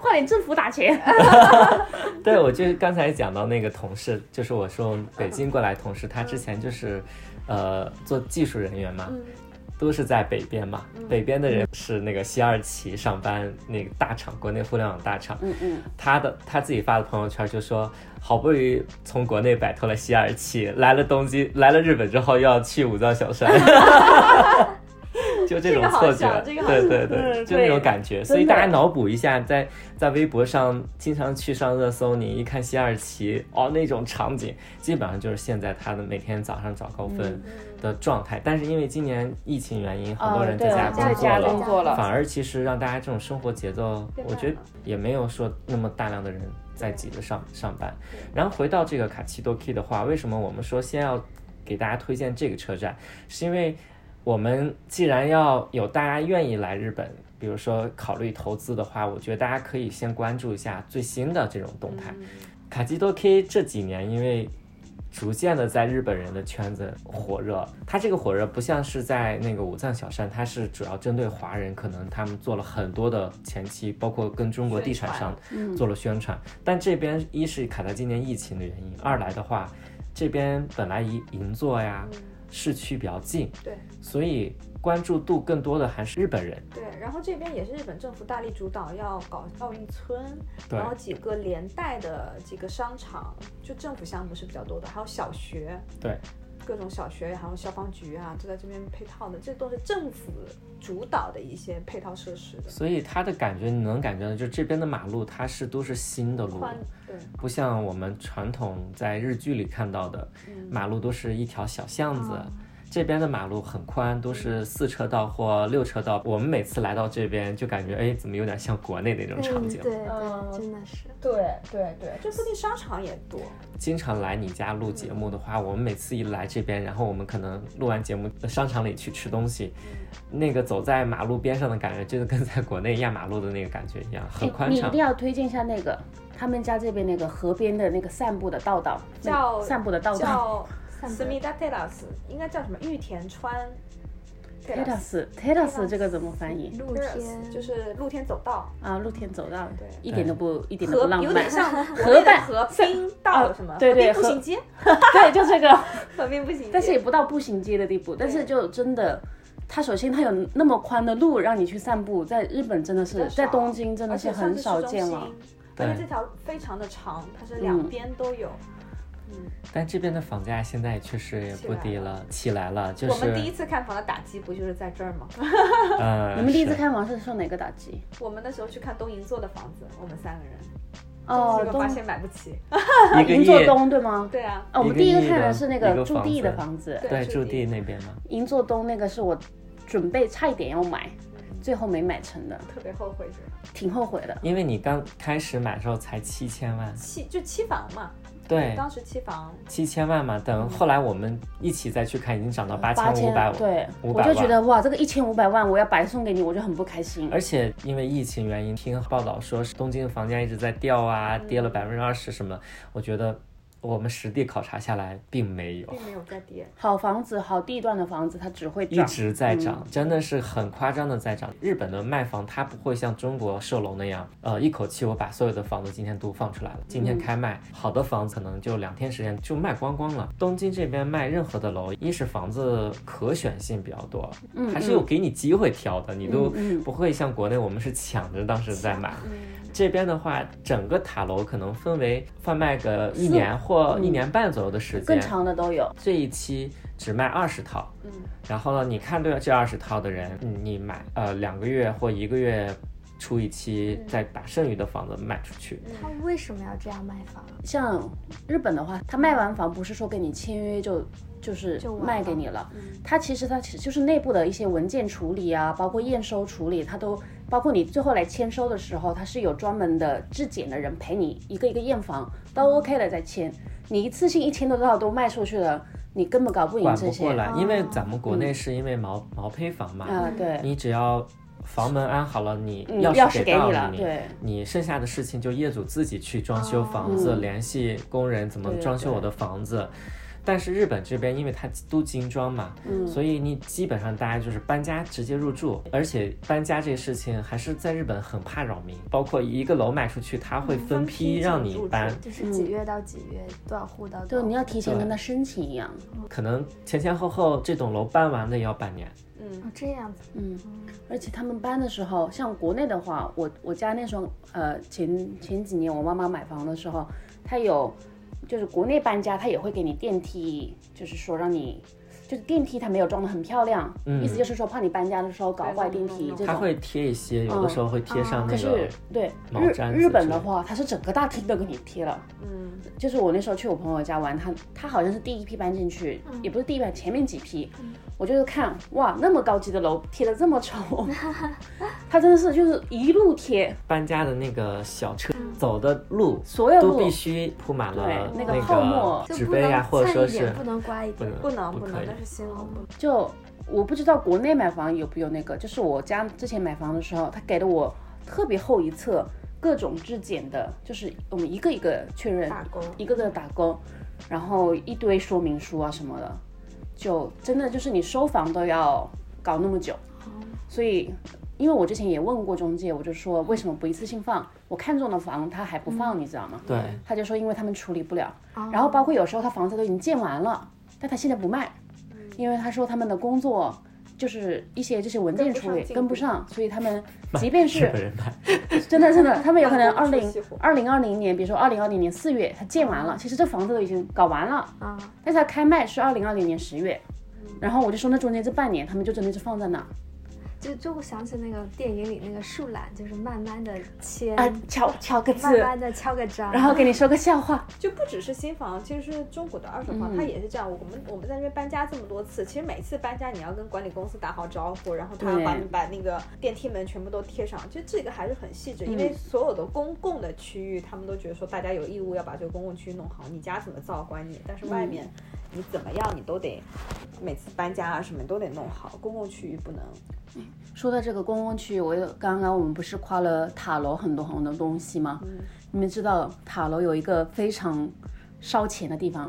快点政府打钱。 <laughs> 对，我就刚才讲到那个同事，就是我说北京过来同事，他之前就是，呃，做技术人员嘛，都是在北边嘛。北边的人是那个西二旗上班，那个大厂，国内互联网大厂。嗯 <laughs> 嗯，他的他自己发的朋友圈就说，好不容易从国内摆脱了西二旗，来了东京，来了日本之后又要去武藏小山。 <laughs> 就这种错觉，这个好笑这个好笑对对对，嗯就那种对感觉，所以真的大家脑补一下，在在微博上经常去上热搜，你一看西二旗哦那种场景，基本上就是现在他的每天早上早高峰的状态。但是因为今年疫情原因，很多哦人对在家我在工作家了，工作了，反而其实让大家这种生活节奏变，我慢觉得了也没有说那么大量的人在挤着上上班。然后回到这个卡奇多 Key 的话，为什么我们说先要给大家推荐这个车站？是因为我们既然要有大家愿意来日本，比如说考虑投资的话，我觉得大家可以先关注一下最新的这种动态。卡奇多 K 这几年因为逐渐的在日本人的圈子火热，它这个火热不像是在那个武藏小山，它是主要针对华人，可能他们做了很多的前期，包括跟中国地产商嗯嗯做了宣传。但这边一是卡在今年疫情的原因，二来的话，这边本来银银座呀、嗯市区比较近，对，所以关注度更多的还是日本人。对，然后这边也是日本政府大力主导要搞奥运村，对然后几个连带的几个商场，就政府项目是比较多的，还有小学，对，各种小学，还有消防局啊，都在这边配套的，这都是政府主导的一些配套设施的。所以它的感觉你能感觉到，就这边的马路它是都是新嗯的路，宽对，不像我们传统在日剧里看到的，嗯马路都是一条小巷子。啊这边的马路很宽，都嗯是四车道或六车道。我们每次来到这边，就感觉哎，怎么有点像国内那种场嗯，景对？对嗯，真的是。对对对，这附近商场也多，经常来你家录节目的话，我们每次一来这边，然后我们可能录完节目，商场里去吃东西，那个走在马路边上的感觉，真的跟在国内压马路的那个感觉一样，很宽哎你一敞定。要推荐一下那个他们家这边那个河边的那个散步的道道，那个叫散步的道道。叫散步 s m i d a t e r a s 应该叫什么玉田川 terrace terrace terrace 这个怎么翻译露天 terrace，就是露天走道。啊？露天走道对，一点都不一点都河不浪有漫 <laughs> 点。像河畔河滨道什么？啊对对河滨步行街，对，就这 <laughs> 个，河滨步行街。但是也不到步行街的地步，但是就真的。它首先它有那么宽的路让你去散步，在日本真的比是较，少在东京真的是很少见了。。嗯而且算是市中心而且对这条非常的长，它是两边都有。但这边的房价现在确实也不低了，起来了，就我是们第一次看房的打击不就是在这儿吗？ <laughs> <laughs> 呃，你们第一次是看房是受哪个打击？我们那时候去看东银座的房子，我们三个人，哦结，果发东现买不起。 <laughs> 一个银座亿，东对吗？对啊，哦，我们一个第一个亿看的的是那一个个驻房地的子房子，对，驻驻地地那边嘛，银座东那个是我准备差一点要买，最后没买成的，特别后悔这个挺后悔的。因为你刚开始买的时候才七千万，期就期房嘛，对，当时期房七千万嘛，等后来我们一起再去看，已经涨到八八五百五，对，五我百就觉万。得哇，这个一千五百万我要白送给你，我就很不开心。而且因为疫情原因，听报道说是东京的房价一直在掉啊，跌了百分之二十什么的。我觉得我们实地考察下来，并没有并没有再跌。好房子、好地段的房子，它只会一涨。嗯直在涨，真的是很夸张的在涨。日本的卖房它不会像中国售楼那样，呃，一口气我把所有的房子今天都放出来了，今天开卖，好的房子可能就两天时间就卖光光了。东京这边卖任何的楼，一是房子可选性比较多，嗯还是有给你机会挑的，你都嗯嗯不会像国内我们是抢着当时在买。嗯，这边的话，整个塔楼可能分为贩卖个一年或一年半左右的时间，嗯更长的都有。这一期只卖二十套，嗯，然后呢，你看对了这二十套的人，你你买呃两个月或一个月出一期，嗯再把剩余的房子卖出去。他为什么要这样卖房？像日本的话，他卖完房不是说跟你签约就就是就完了卖给你了嗯，他其实他其实就是内部的一些文件处理啊，包括验收处理，他都包括你最后来签收的时候，他是有专门的质检的人陪你一个一个验房，都 OK 了再签。你一次性一千多套都卖出去了，你根本搞不赢管这不些嗯过啊、来，因为咱们国内是因为毛、毛坯房嘛，对，你只要房门安好了，你嗯钥钥匙匙到你了了，你对，你剩下的事情就业主自己去装修房哦子，嗯联系工人怎么对对装修我的房子。但是日本这边因为它都精装嘛，嗯所以你基本上大家就是搬家直接入住，而且搬家这事情还是在日本很怕扰民，包括一个楼卖出去，它嗯会分批让你搬，就是几月到几月，多少户到多嗯对，少户你要提前跟他申请一样，可能前前后后这栋楼搬完的也要半年。嗯，哦这样子，嗯，而且他们搬的时候，像国内的话，我我家那时候，呃，前前几年我妈妈买房的时候，她有，就是国内搬家，她也会给你电梯，就是说让你，就是电梯它没有装的很漂亮，嗯意思就是说怕你搬家的时候搞坏电梯嗯这它种。会贴一些，有的时候会贴上哦可那个是，对毛日毡子日本之类的的话，它是整个大厅都给你贴了。嗯，就是我那时候去我朋友家玩，他他好像是第一批搬进去，也不是第一批，前面几批，我就是看哇，那么高级的楼贴的这么丑， <laughs> 他真的是就是一路贴，搬家的那个小嗯车走的路，所有都路必须铺满了对那个个泡沫就纸不杯能呀、或者蹭说一点是不能刮一不点，能不能不不可能，以但。是新楼不就我不知道国内买房有不有那个，就是我家之前买房的时候，他给了我特别厚一册各种质检的，就是我们一个一个确认，打工。一个个打勾，然后一堆说明书啊什么的，就真的就是你收房都要搞那么久。哦所以，因为我之前也问过中介，我就说为什么不一次性放？我看中的房他还不嗯放，你知道吗？对，他就说因为他们处理不了，哦哦然后包括有时候他房子都已经建完了，但他现在不卖，嗯因为他说他们的工作。就是一些这些文件处理跟跟不不上上，所以他们即便 <laughs> 日是本人买， <laughs> 真的真的，他们有可 <laughs> 能二办公室零熄火嗯二零二零年，比如说二零二零年四月，他建完了，其实这房子都已经搞完了，啊，但是他开卖是二零二零年十月，嗯然后我就说那中间这半年他们就真的就放在那儿，就就我想起那个电影里那个树懒，就是慢慢的嗯切，啊，敲敲个字慢，慢的敲个章，然后给你说个笑话，就不只是新房，其实中古的二手房，嗯它也是这样。我们我们在这边搬家这么多次，其实每次搬家你要跟管理公司打好招呼，然后他要对把把那个电梯门全部都贴上。就这个还是很细嗯致，因为所有的公共的区域，他们都觉得说大家有义务要把这个公共区域弄好，你家怎么造关你，但是外面嗯你怎么样你都得每次搬家啊什么你都得弄好，公共区域不能。说到这个公共区，我有刚刚我们不是夸了塔楼很多很多东西吗？嗯你们知道塔楼有一个非常烧钱的地方，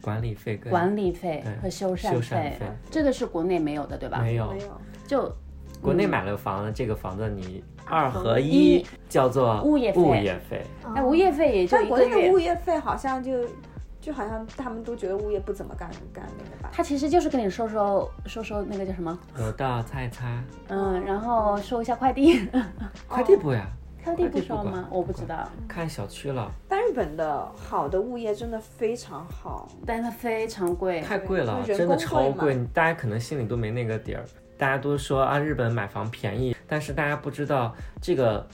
管理费跟管理费和修缮修缮费费，这个是国内没有的，对吧？没有没。有，就国内买了房，这个房子你二合合一一叫做物业费物业费，哦哎，物业费也就但一国个内的月物。业费好像就就好像他们都觉得物业不怎么干干那个吧。他其实就是跟你收收收收那个叫什么，有道菜差，嗯，然后收一下快递，快递部呀，快递不收快递不吗管？我不知道，看小区了，但日本的好的物业真的非常好，但是它非常贵，太贵了，就是真人的工超贵贵，大家可能心里都没那个底儿。大家都说啊，日本买房便宜，但是大家不知道这个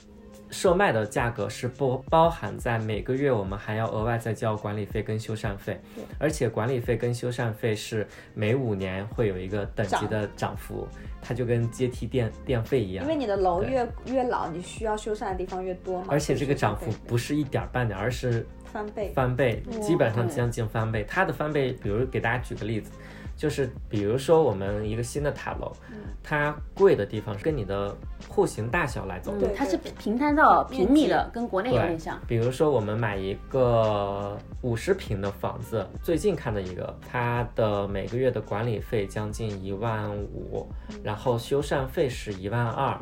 售卖的价格是不包含在每个月我们还要额外再交管理费跟修缮费，而且管理费跟修缮费是每五年会有一个等级的涨幅，它就跟阶梯电电费一样因为。你的楼越越老，你需要修缮的地方越多嘛。而且这个涨幅对不是一点儿半点儿，而是翻倍，翻倍，哇基本上对将近翻倍。它的翻倍，比如给大家举个例子，就是比如说我们一个新的塔楼，嗯它贵的地方是跟你的户型大小来走的。嗯，它是平摊到平米的，跟国内有点像。比如说我们买一个五十平的房子，最近看的一个，它的每个月的管理费将近一万五，然后修缮费是一万二。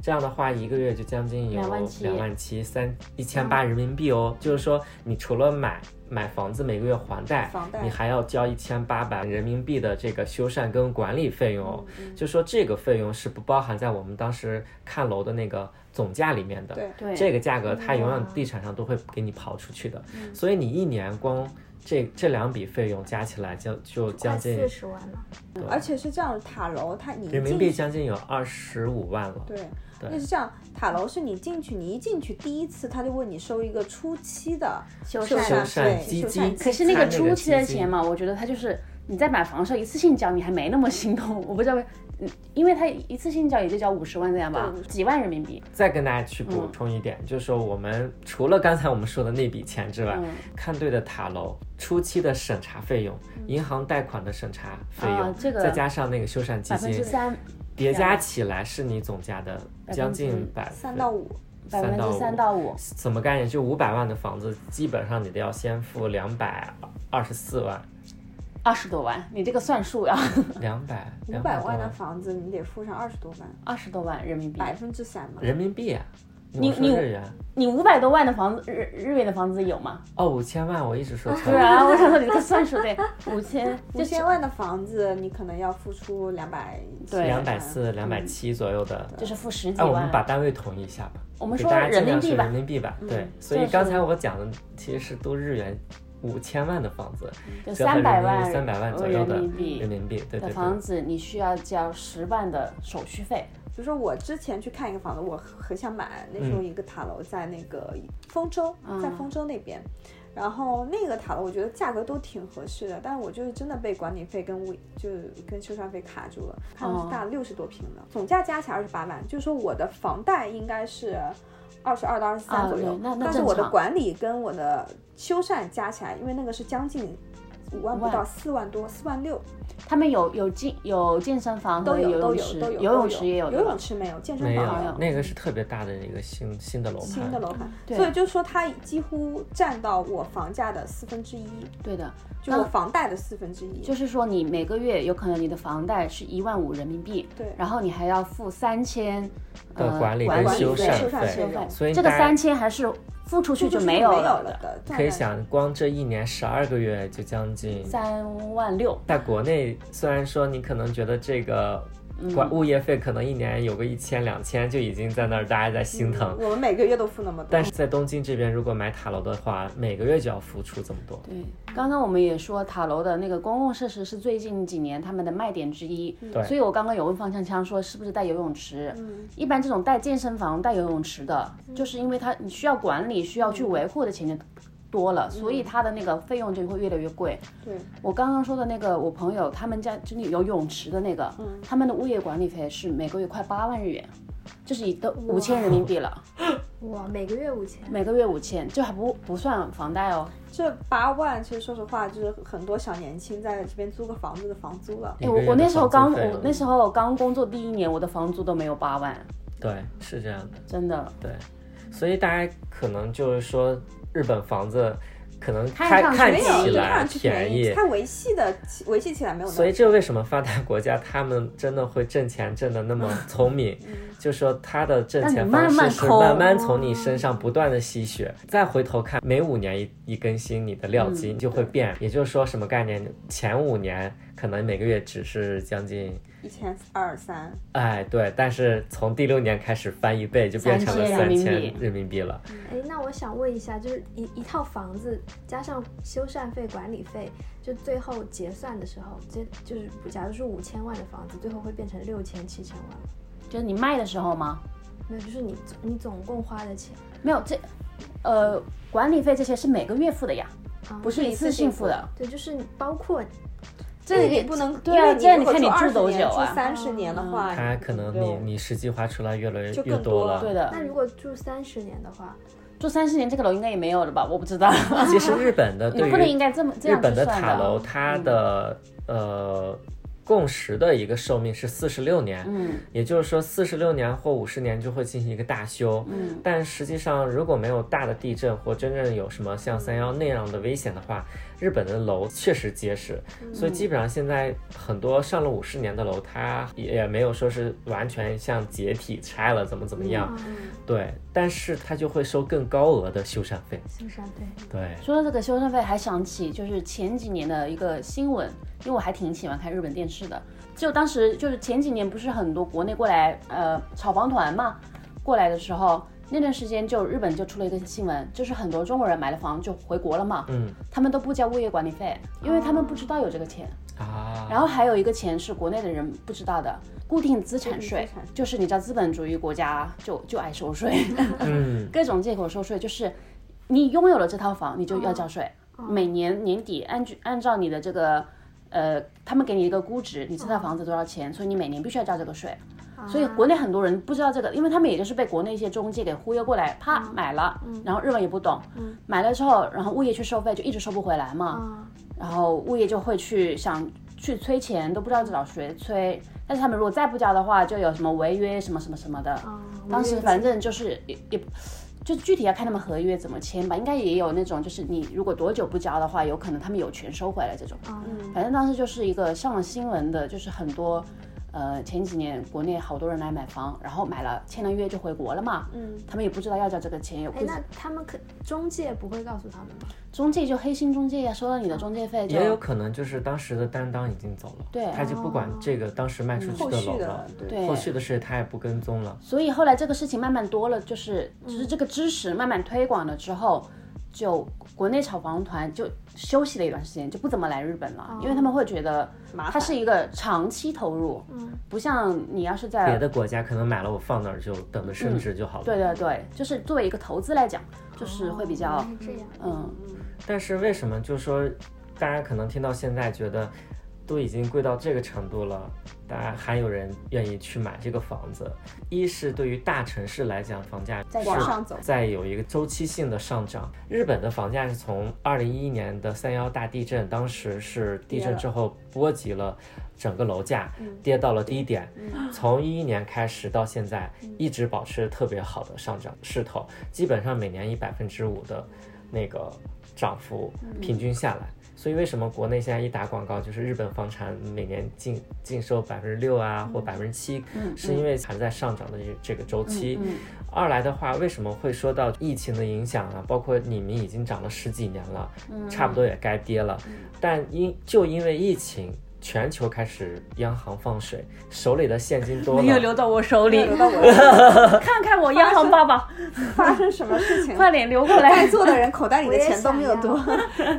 这样的话，一个月就将近有两万七嗯两万七三一千八人民币哦。就是说，你除了买买房子每个月还贷，房贷你还要交一千八百人民币的这个修缮跟管理嗯费用哦。就说这个费用是不包含在我们当时看楼的那个总价里面的。对对，这个价格它永远哇地产上都会给你刨出去的，所以你一年光这这两笔费用加起来就就将近四十万了，嗯而且是这样，塔楼它你一人民进币去将近有二十五万了。对，对那是这样，塔楼是你进去，你一进去第一次他就问你收一个初期的修修缮缮修缮费基修缮金基可是那个初期的钱嘛，我觉得它就是你在买房的时候一次性交，你还没那么心动。 <laughs> 我不知道为，嗯，因为它一次性交也就交五十万这样吧对，几万人民币。再跟大家去补充一点，就是说我们除了刚才我们说的那笔钱之外，嗯看对的塔楼初期的审查费用、银行贷款的审查费用，啊这个再加上那个修缮基百分之金，三，叠加起来是你总价的将近百分三到五，百分之三到五，什么概念？就五百万的房子，基本上你都要先付两百二十四万，二十多万，你这个算术啊，两百五两百万万的房子你得付上二十多万， <laughs> 二十多万人民币。百分之三嘛。人民币、啊，你我说你日元你五百多万的房子，日日元的房子有吗？哦，五千万，我一直说不错了。然我想说你这个算术对，五千五就千是万的房子，你可能要付出两百对两百四、两百七左右的，嗯就是付十几哎，我们万。把单位统一一下吧。我们给说大家人尽量民币是吧嗯人民币吧。对，所就以是刚才我讲的其实是都日元五千万的房子，就折合人300民万币三百万左右的人民币人民币，对的对房对。子，你需要交十万的手续费，比如说我之前去看一个房子，我很想买，那嗯时候一个塔楼在那个丰州，在丰州那边。然后那个塔楼，我觉得价格都挺合适的，但是我就是真的被管理费跟物就是跟修缮费卡住了，看哦的是大六十多平的，总价加起来二十八万，就是说我的房贷应该是二十二到二十啊三左右，对那那但是正我的常管理跟我的修缮加起来，因为那个是将近五万不万到四万多，四万六他们有有健有健身房和都有游都泳有池，都有游都泳池也有游对吧泳池没有，健身没房有，那个是特别大的一个新新的楼盘，新的楼盘，对所以就是说它几乎占到我房价的四分之一，对的，就我房贷的四分之一。就是说你每个月有可能你的房贷是一万五人民币，对然后你还要付三千的呃管理管跟管理修费缮修缮费费，用所以这个大家三千还是付出去就就是没有了了的，可以想，光这一年十二个月就将近，三万六，在国内虽然说你可能觉得这个嗯管物业费可能一年有个一千两千就已经在那儿大家在心疼，嗯我们每个月都付那么多，但是在东京这边如果买塔楼的话，每个月就要付出这么多。对，刚刚我们也说塔楼的那个公共设施是最近几年他们的卖点之一，对所以我刚刚有问方向枪说是不是带游泳池，嗯一般这种带健身房、带游泳池的，就是因为它你需要管理、需要去维护的钱就多了，所以它的那个费用就会越来越贵。对，我刚刚说的那个，我朋友他们家就是有泳池的那个，他们的物业管理费是每个月快八万日元，就是已都五千人民币了，哇，每个月五千，每个月五千，这还不不算房贷哦。这八万其实说实话，就是很多小年轻在这边租个房子的房租了。一哎，个我月我的那时候房刚租费我用那时候刚工作第一年，我的房租都没有八万，对是这样的，真的。对，所以大家可能就是说日本房子可能看看上去看没有，起就来看上去便便宜，它维系的起维系起来没有那么。所以这为什么发达国家他们真的会挣钱挣得那么聪明？就说他的挣钱方式是慢慢从你身上不断的吸血，再回头看，每五年一一更新你的料金就会变。也就是说，什么概念？前五年可能每个月只是将近。一千二三，哎，对，但是从第六年开始翻一倍，就变成了3000三人千民币人民币了。哎，那我想问一下，就是一一套房子加上修缮费、管理费，就最后结算的时候，这就是假如是五千万的房子，最后会变成六千、七千万吗，就是你卖的时候吗？没有，就是你总你总共花的钱，没有这，呃，管理费这些是每个月付的呀，啊不是一次性付的。对，就是你包括这你不能，对啊，因为这样如你果看你住住多久住啊？三十年的话，嗯它可能就你你实际花出来越来越就越更多了。了对的那，如果住三十年的话，住三十年这个楼应该也没有了吧？我不知 <laughs> 道，其实日 <laughs> 本的你对不能应于该这么这日样本去的算哦嗯塔楼，它的呃共识的一个寿命是四十六年，嗯也就是说四十六年或五十年就会进行一个大修。嗯，但实际上，如果没有大的地震或真正有什么像三幺那样的危险的话，日本的楼确实结实，嗯所以基本上现在很多上了五十年的楼，它也没有说是完全像解体拆了怎么怎嗯么啊样，对，但是它就会收更高额的修缮费，修缮费，对。说到这个修缮费，还想起就是前几年的一个新闻，因为我还挺喜欢看日本电视的。就当时就是前几年不是很多国内过来呃炒房团嘛，过来的时候那段时间就日本就出了一个新闻，就是很多中国人买了房就回国了嘛，嗯他们都不交物业管理费，因为他们不知道有这个钱。啊，然后还有一个钱是国内的人不知道的，固定资产固定税资产税，就是你知道资本主义国家就就爱收税，嗯， <laughs> 各种借口收税，就是你拥有了这套房，你就要交税，哦每年年底按据按照你的这个。呃，他们给你一个估值，你这套房子多少钱，所以你每年必须要交这个税。哦所以国内很多人不知道这个，因为他们也就是被国内一些中介给忽悠过来，啪嗯买了，然后日本也不懂，买了之后，然后物业去收费就一直收不回来哦嘛，啊，然后物业就会去想去催钱，都不知道找谁催。但是他们如果再不交的话，就有什么违约什么什么什么的。啊哦当时反正就是也也，就具体要看他们合约怎么签吧。应该也有那种，就是你如果多久不交的话，有可能他们有权收回来这种。反正当时就是一个上了新闻的，就是很多。呃，前几年国内好多人来买房，然后买了签了约就回国了嘛，嗯，他们也不知道要交这个钱，也哎不，那他们可中介不会告诉他们吗？中介就黑心中介呀，收到你的中介费就也有可能就是当时的担当已经走了，对他就不管这个当时卖出去嗯后的楼续了的，对后续的事他也不跟踪了。所以后来这个事情慢慢多了，就是嗯就是这个知识慢慢推广了之后，就国内炒房团就休息了一段时间，就不怎么来日本了，因为他们会觉得哦麻它烦是一个长期投入，嗯，不像你要是别在的国家可能买了我放那儿就等着升值就好了。嗯对对对，就是作为一个投资来讲，就是会比较哦原来是这哦样，嗯，但是为什么就是说，大家可能听到现在觉得都已经贵到这个程度了，大家还有人愿意去买这个房子？一是对于大城市来讲，房价在是往上走在有一个周期性的上涨。日本的房价是从二零一一年的三幺大地震，当时是地震之后波及了。整个楼价嗯跌到了低点，从一一年开始到现在，嗯一直保持特别好的上涨势头，基本上每年以百分之五的那个涨幅嗯平均下来。所以为什么国内现在一打广告就是日本房产每年净净收百分之六啊，嗯或百分之七，是因为还在上涨的这这个周嗯期。嗯二来的话，为什么会说到疫情的影响啊？包括你们已经涨了十几年了，差不多也该跌了，但因就因为疫情。全球开始央行放水，手里的现金多了，到我手没有留到 <laughs> 我看看我央行爸爸，发生什么事情，快点流过 <laughs> 在来，座的人口袋里我的也钱都没有想多，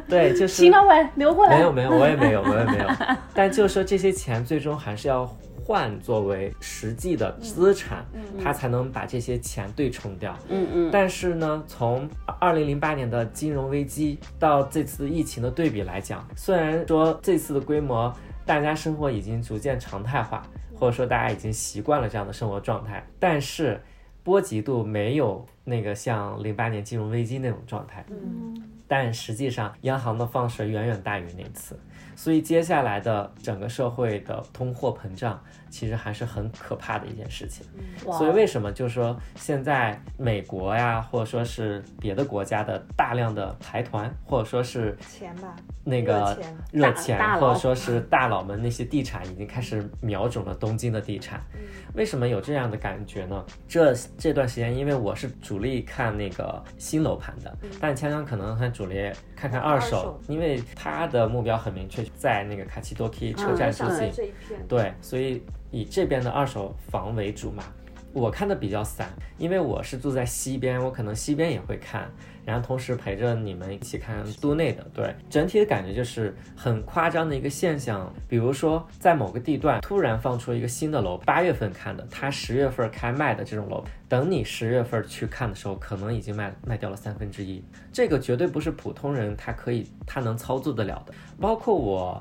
对，就是秦老板流过没来有，没有，我也没有，我也没有。但就是说这些钱最终还是要换作为实际的资产，它才能把这些钱对冲掉。嗯嗯，但是呢，从二零零八年的金融危机到这次疫情的对比来讲，虽然说这次的规模，大家生活已经逐渐常态化，或者说大家已经习惯了这样的生活状态，但是波及度没有那个像零八年金融危机那种状态。嗯嗯但实际上，央行的放水远远大于那次，所以接下来的整个社会的通货膨胀其实还是很可怕的一件事情。哇所以为什么就是说现在美国呀，或者说是别的国家的大量的财团，或者说是钱吧，那个热钱热钱大大，佬或者说是大佬们那些地产已经开始瞄准了东京的地产。嗯为什么有这样的感觉呢？这这段时间，因为我是主力看那个新楼盘的，嗯但锵锵可能很主力看看二手，二手因为他的目标很明确，在那个卡奇多基车站嗯附长近。在这一片，对，所以以这边的二手房为主嘛。我看的比较散，因为我是住在西边，我可能西边也会看，然后同时陪着你们一起看都内的。对，整体的感觉就是很夸张的一个现象。比如说，在某个地段突然放出一个新的楼，八月份看的，它十月份开卖的这种楼，等你十月份去看的时候，可能已经卖卖掉了三分之一。这个绝对不是普通人他可以他能操作得了的。包括我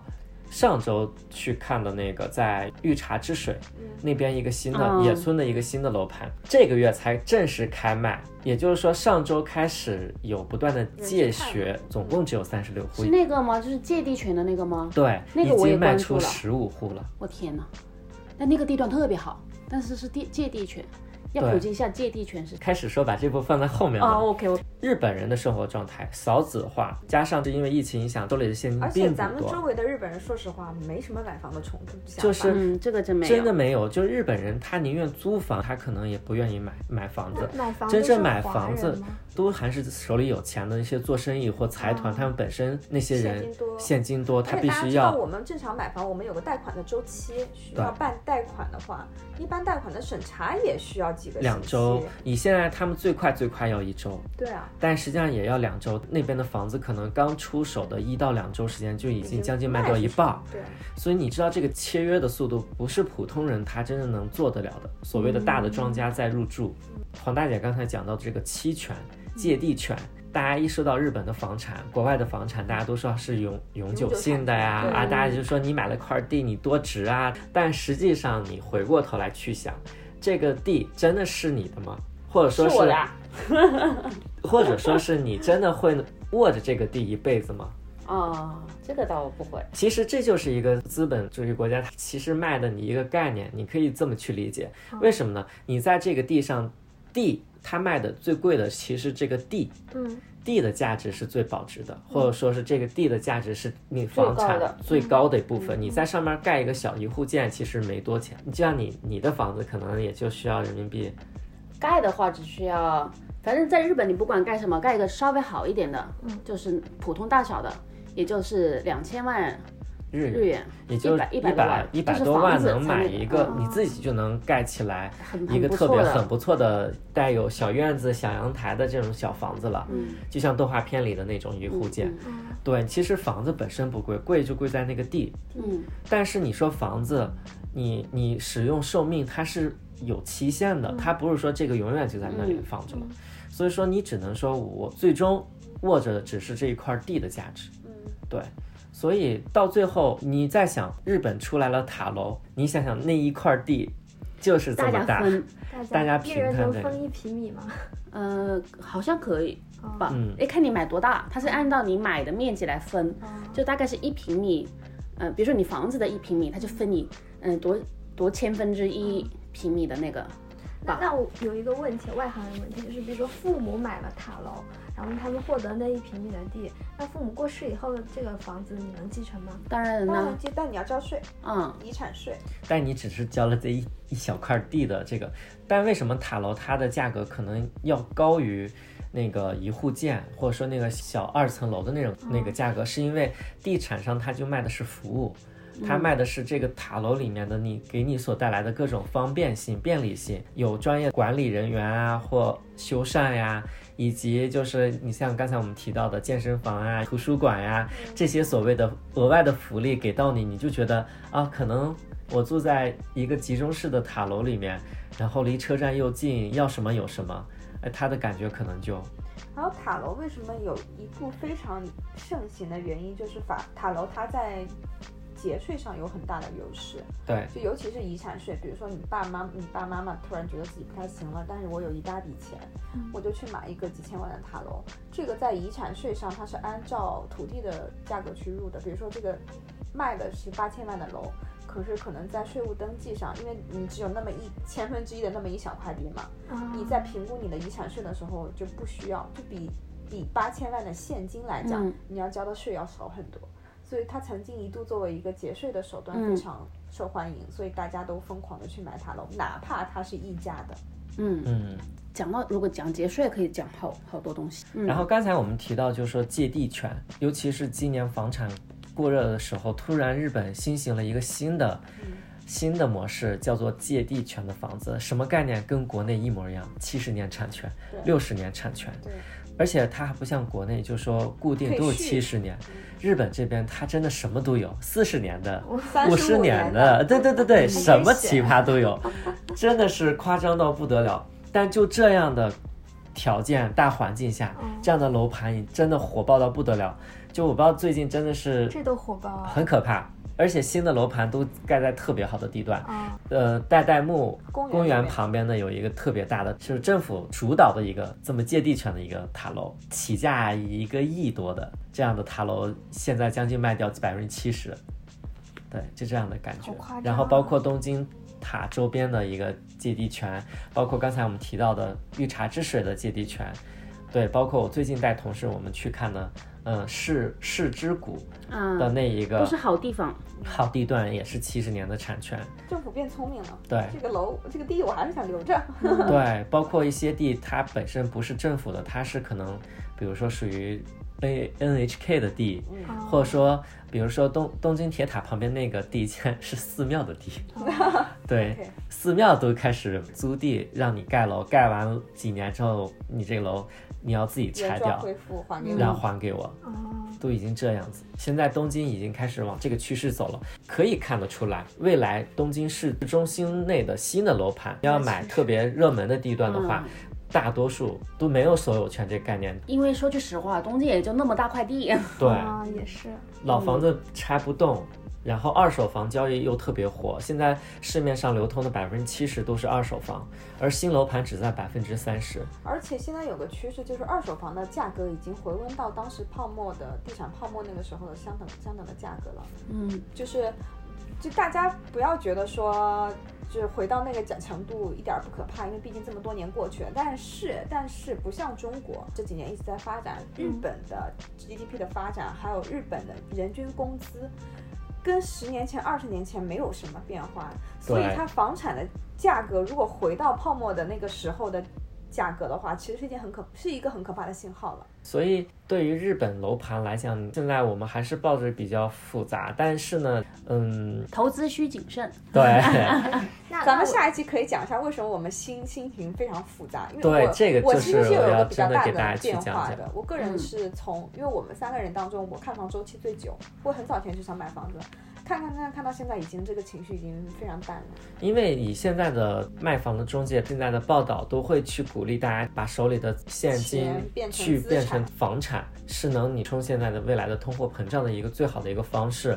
上周去看的那个在御茶之水那边一个新的、嗯哦野村的一个新的楼盘，这个月才正式开卖，也就是说上周开始有不断的借学，总共只有三十六户是，那个吗？就是芥蒂群的那个吗？对，那个已我也经卖关注出了十五户了。我天哪！但那个地段特别好，但是是地芥蒂犬，要对普及一下芥蒂犬是开始说把这部放在后面哦了。 ，OK，我日本人的生活状态少子化，加上是因为疫情影响，兜里的现金而且并不咱们周多，围的日本人，说实话，没什么买房的冲动，就是嗯，这个真没有，真的没有。就日本人他宁愿租房，他可能也不愿意买买房子。买房真都正是买华房人子吗都还是手里有钱的一些做生意或财团，哦他们本身那些人现金多现金多，他而且必大家须知道，要我们正常买房，我们有个贷款的周期，需要对办贷款的话，一般贷款的审查也需要几个两星期周。你现在他们最快最快要一周，对啊，但实际上也要两周。那边的房子可能刚出手的一到两周时间就已经将近卖掉一半儿，对啊，所以你知道这个签约的速度不是普通人他真正能做得了的。所谓的大的庄家在入驻，黄大姐刚才讲到这个期权、借地权。大家一说到日本的房产、国外的房产，大家都说是永永久性的呀永久产权啊，大家就说你买了块地你多值啊，但实际上你回过头来去想，这个地真的是你的吗？或者说是是我的啊， <laughs> 或者说是你真的会握着这个地一辈子吗？哦，这个倒不会，其实这就是一个资本主义国家，它其实卖的你一个概念，你可以这么去理解。嗯为什么呢？你在这个地上，地它卖的最贵的，其实这个地嗯，地的价值是最保值的，或者说是这个地的价值是你嗯房最高产的嗯最高的一部分。你在上面盖一个小一户建，其实没多钱。就像你你的房子可能也就需要人民币盖的话只需要，反正在日本你不管盖什么，盖一个稍微好一点的，嗯，就是普通大小的，也就是两千万日元日。元，也就100一100多万一就百是嗯多万房子能才买能一个哦，你自己就能盖起来很一很个不特错别的嗯很不错的带有小院子、小阳台的这种小房子了，嗯就像动画片里的那种一户建。对，其实房子本身不贵，贵就贵在那个地。嗯，但是你说房子，你你使用寿命它是有期限嗯的，它不是说这个永远就在那里放着了，所以说你只能说我最终握着的只是这一块地的价值。嗯，对，所以到最后，你再想日本出来了塔楼，你想想那一块地就是这大么家大，分，大家大家一平人摊能这个分一平米吗？ <laughs> 呃，好像可以吧嗯？哎、看你买多大，它是按照你买的面积来分，嗯就大概是一平米，呃，比如说你房子的一平米，它就分你，嗯、多多千分之一平米的那个，那吧那我有一个问题，外行人问题，就是比如说父母买了塔楼，然后他们获得那一平米的地，那父母过世以后，这个房子你能继承吗？当然当呢然，，但你要交税，嗯，遗产税。但你只是交了这一一小块地的这个，但为什么塔楼它的价格可能要高于？那个一户建，或者说那个小二层楼的那种那个价格，是因为地产商它就卖的是服务，它卖的是这个塔楼里面的你给你所带来的各种方便性、便利性，有专业管理人员啊或修缮呀、以及就是你像刚才我们提到的健身房啊、图书馆呀、这些所谓的额外的福利给到你，你就觉得啊，可能我住在一个集中式的塔楼里面，然后离车站又近，要什么有什么，哎，他的感觉可能就还有塔楼为什么有一部非常盛行的原因，就是法塔楼它在节税上有很大的优势，对就尤其是遗产税，比如说你爸妈，你爸妈妈突然觉得自己不太行了，但是我有一大笔钱，我就去买一个几千万的塔楼，这个在遗产税上它是按照土地的价格去入的，比如说这个卖的是八千万的楼。可是可能在税务登记上，因为你只有那么一千分之一的那么一小块地嘛，啊你在评估你的遗产税的时候就不需要，就比比八千万的现金来讲，嗯你要交的税要少很多。所以它曾经一度作为一个节税的手段嗯非常受欢迎，所以大家都疯狂的去买塔楼，哪怕它是溢价的。嗯，嗯。讲到如果讲节税，可以讲好好多东西，嗯，然后刚才我们提到，就是说借地权，尤其是今年房产过热的时候，突然日本新型了一个新的。新的模式叫做借地权的房子，什么概念？跟国内一模一样，七十年产权，六十年产权，对，而且它还不像国内，就说固定都可有以续七十年，日本这边它真的什么都有，四十年的，三五十十年年的，对对对对，嗯什么真是奇葩都有，真的是夸张到不得了。但就这样的条件、大环境下，这样的楼盘也真的火爆到不得了。就我不知道最近真的是这都火爆啊！很可怕，而且新的楼盘都盖在特别好的地段。啊，呃，代代木公园公那园边旁边呢有一个特别大的，就是政府主导的一个这么借地权的一个塔楼，起价一个亿多的这样的塔楼，现在将近卖掉百分之七十，对，就这样的感觉好夸。张啊然后包括东京塔周边的一个借地权，包括刚才我们提到的御茶之水的借地权，对，包括我最近带同事我们去看的，嗯、市市之谷的嗯，那一个都是好地方。好地段，也是七十年的产权，政府变聪明了，对。这个楼这个地我还是想留着。对，包括一些地，它本身不是政府的，它是可能，比如说属于 N N H K 的地，嗯哦或者说，比如说东东京铁塔旁边那个地， <laughs> 竟然是寺庙的地，哦对 OK 寺庙都开始租地让你盖楼，盖完几年之后，你这个楼你要自己拆原状掉，嗯恢复还给然我。后还给我。哦，都已经这样子，现在东京已经开始往这个趋势走了，可以看得出来，未来东京市中心内的新的楼盘要买特别热门的地段的话，大多数都没有所有权这个概念。因为说句实话，东京也就那么大块地，对，啊，也是，老房子拆不动，然后二手房交易又特别火，现在市面上流通的百分之七十都是二手房，而新楼盘只在百分之三十。而且现在有个趋势，就是二手房的价格已经回温到当时泡沫的地产泡沫那个时候的相等相等的价格了。嗯，就是，就大家不要觉得说，就是回到那个讲强度一点儿不可怕，因为毕竟这么多年过去了。但是，但是不像中国这几年一直在发展，日本的 GDP 的发展，还有日本的人均工资，跟十年前、二十年前没有什么变化，所以对它房产的价格如果回到泡沫的那个时候的。价格的话，其实是一件很可是一个很可怕的信号了。所以对于日本楼盘来讲，现在我们还是抱着比较复杂，但是呢，嗯，投资需谨慎。对。那咱那我们下一期可以讲一下为什么我们心心情非常复杂，因为对我这个我就其是实是有我一要个比较真的大给大的家去变讲化讲的。我个人嗯是从，因为我们三个人当中，我看房周期最久，我很早前就想买房子，看看看看到现在已经这个情绪已经非常淡了。因为以现在的卖房的中介现在的报道，都会去鼓励大家把手里的现金钱变成去资变产成房产，是能你冲现在的未来的通货膨胀的一个最好的一个方式。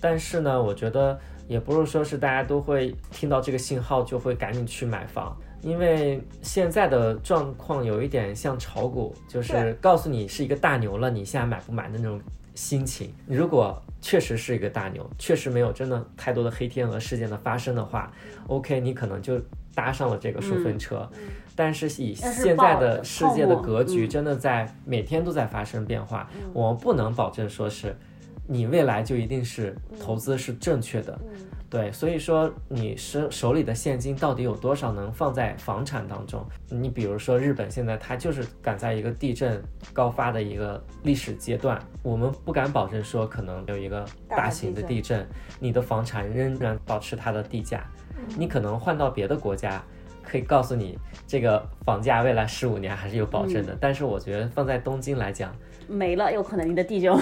但是呢，我觉得也不是说是大家都会听到这个信号就会赶紧去买房，因为现在的状况有一点像炒股，就是对告诉你是一个大牛了，你现在买不买的那种心情。你如果确实是一个大牛，确实没有真的太多的黑天鹅事件的发生的话，OK，你嗯可能就搭上了这个淑芬车。但是以但是现在爆的的世泡界的沫格局，嗯真的在每天都在发生变化，我们不能保证说是。你未来就一定是嗯投资是正确的，嗯，对，所以说你手手里的现金到底有多少能放在房产当中？你比如说日本现在它就是赶在一个地震高发的一个历史阶段，我们不敢保证说可能有一个大型的地震，你的房产仍然保持它的地价，你可能换到别的国家。可以告诉你，这个房价未来十五年还是有保证的。但是我觉得放在东京来讲，没了，有可能你的地就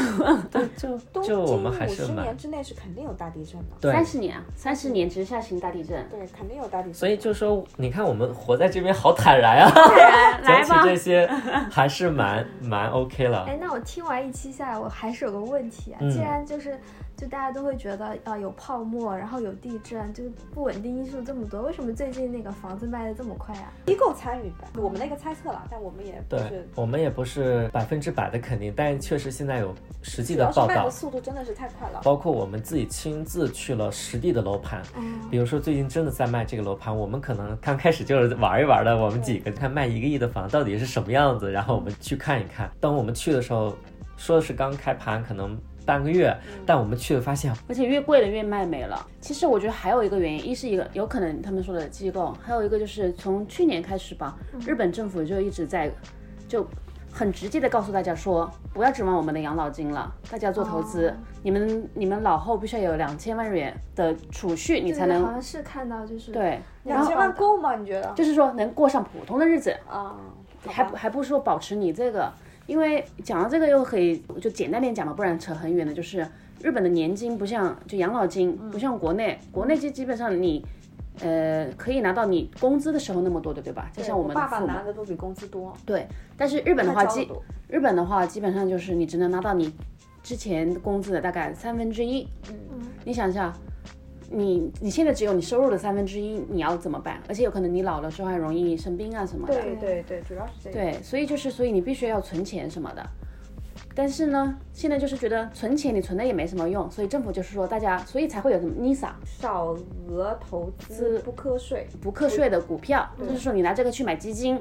就就东京我五们还是十蛮年之内是肯定有大地震的，对三十年啊，三十年直下型大地震。对，肯定有大地震。所以就说，你看我们活在这边好坦然啊， <laughs> 来讲起吧这些还是蛮蛮 OK 了哎，。那我听完一期下来，我还是有个问题啊。嗯既然就是，就大家都会觉得啊、有泡沫，然后有地震，就是不稳定因素这么多，为什么最近那个房子卖的这么快啊？机构参与吧，我们那个猜测了，但我们也不对是，。我们也不是百分之百的肯定，但确实现在有实际主的要啊是报卖的道，速度真的是太快了，包括我们自己亲自去了实地的楼盘，嗯，比如说最近真的在卖这个楼盘，我们可能刚开始就是玩一玩的，我们几个看卖一个亿的房到底是什么样子，然后我们去看一看。当我们去的时候，说是刚开盘，可能半个月，嗯但我们去了发现而且越贵的越卖没了。其实我觉得还有一个原因，一是一个有可能他们说的嗯机构，还有一个就是从去年开始吧，日本政府就一直在就很直接的告诉大家说，不要指望我们的养老金了，大家做投资，哦你们你们老后必须要有两千万元的储蓄，你对才对好能像是看到就是对，两千万够吗？你觉得？就是说能过上普通的日子，啊，好还吧不还不说保持你这个，因为讲到这个又可以就简单点讲吧，不然扯很远的。就是日本的年金不像就养老金嗯不像国内，国内就基本上你呃可以拿到你工资的时候那么多的，对吧？就像我们的爸爸父母拿的都比工资多，对，但是日本的话他交基多日本的话基本上就是你只能拿到你之前工资的大概三分之一。嗯，你想一下，你你现在只有你收入的三分之一，你要怎么办？而且有可能你老了之后还容易生病啊什么的。嗯对对对，主要是这个。对，所以就是，所以你必须要存钱什么的。但是呢，现在就是觉得存钱你存的也没什么用，所以政府就是说大家，所以才会有什么 NISA 少额投资不课税，不课税的股票，就是说你拿这个去买基金、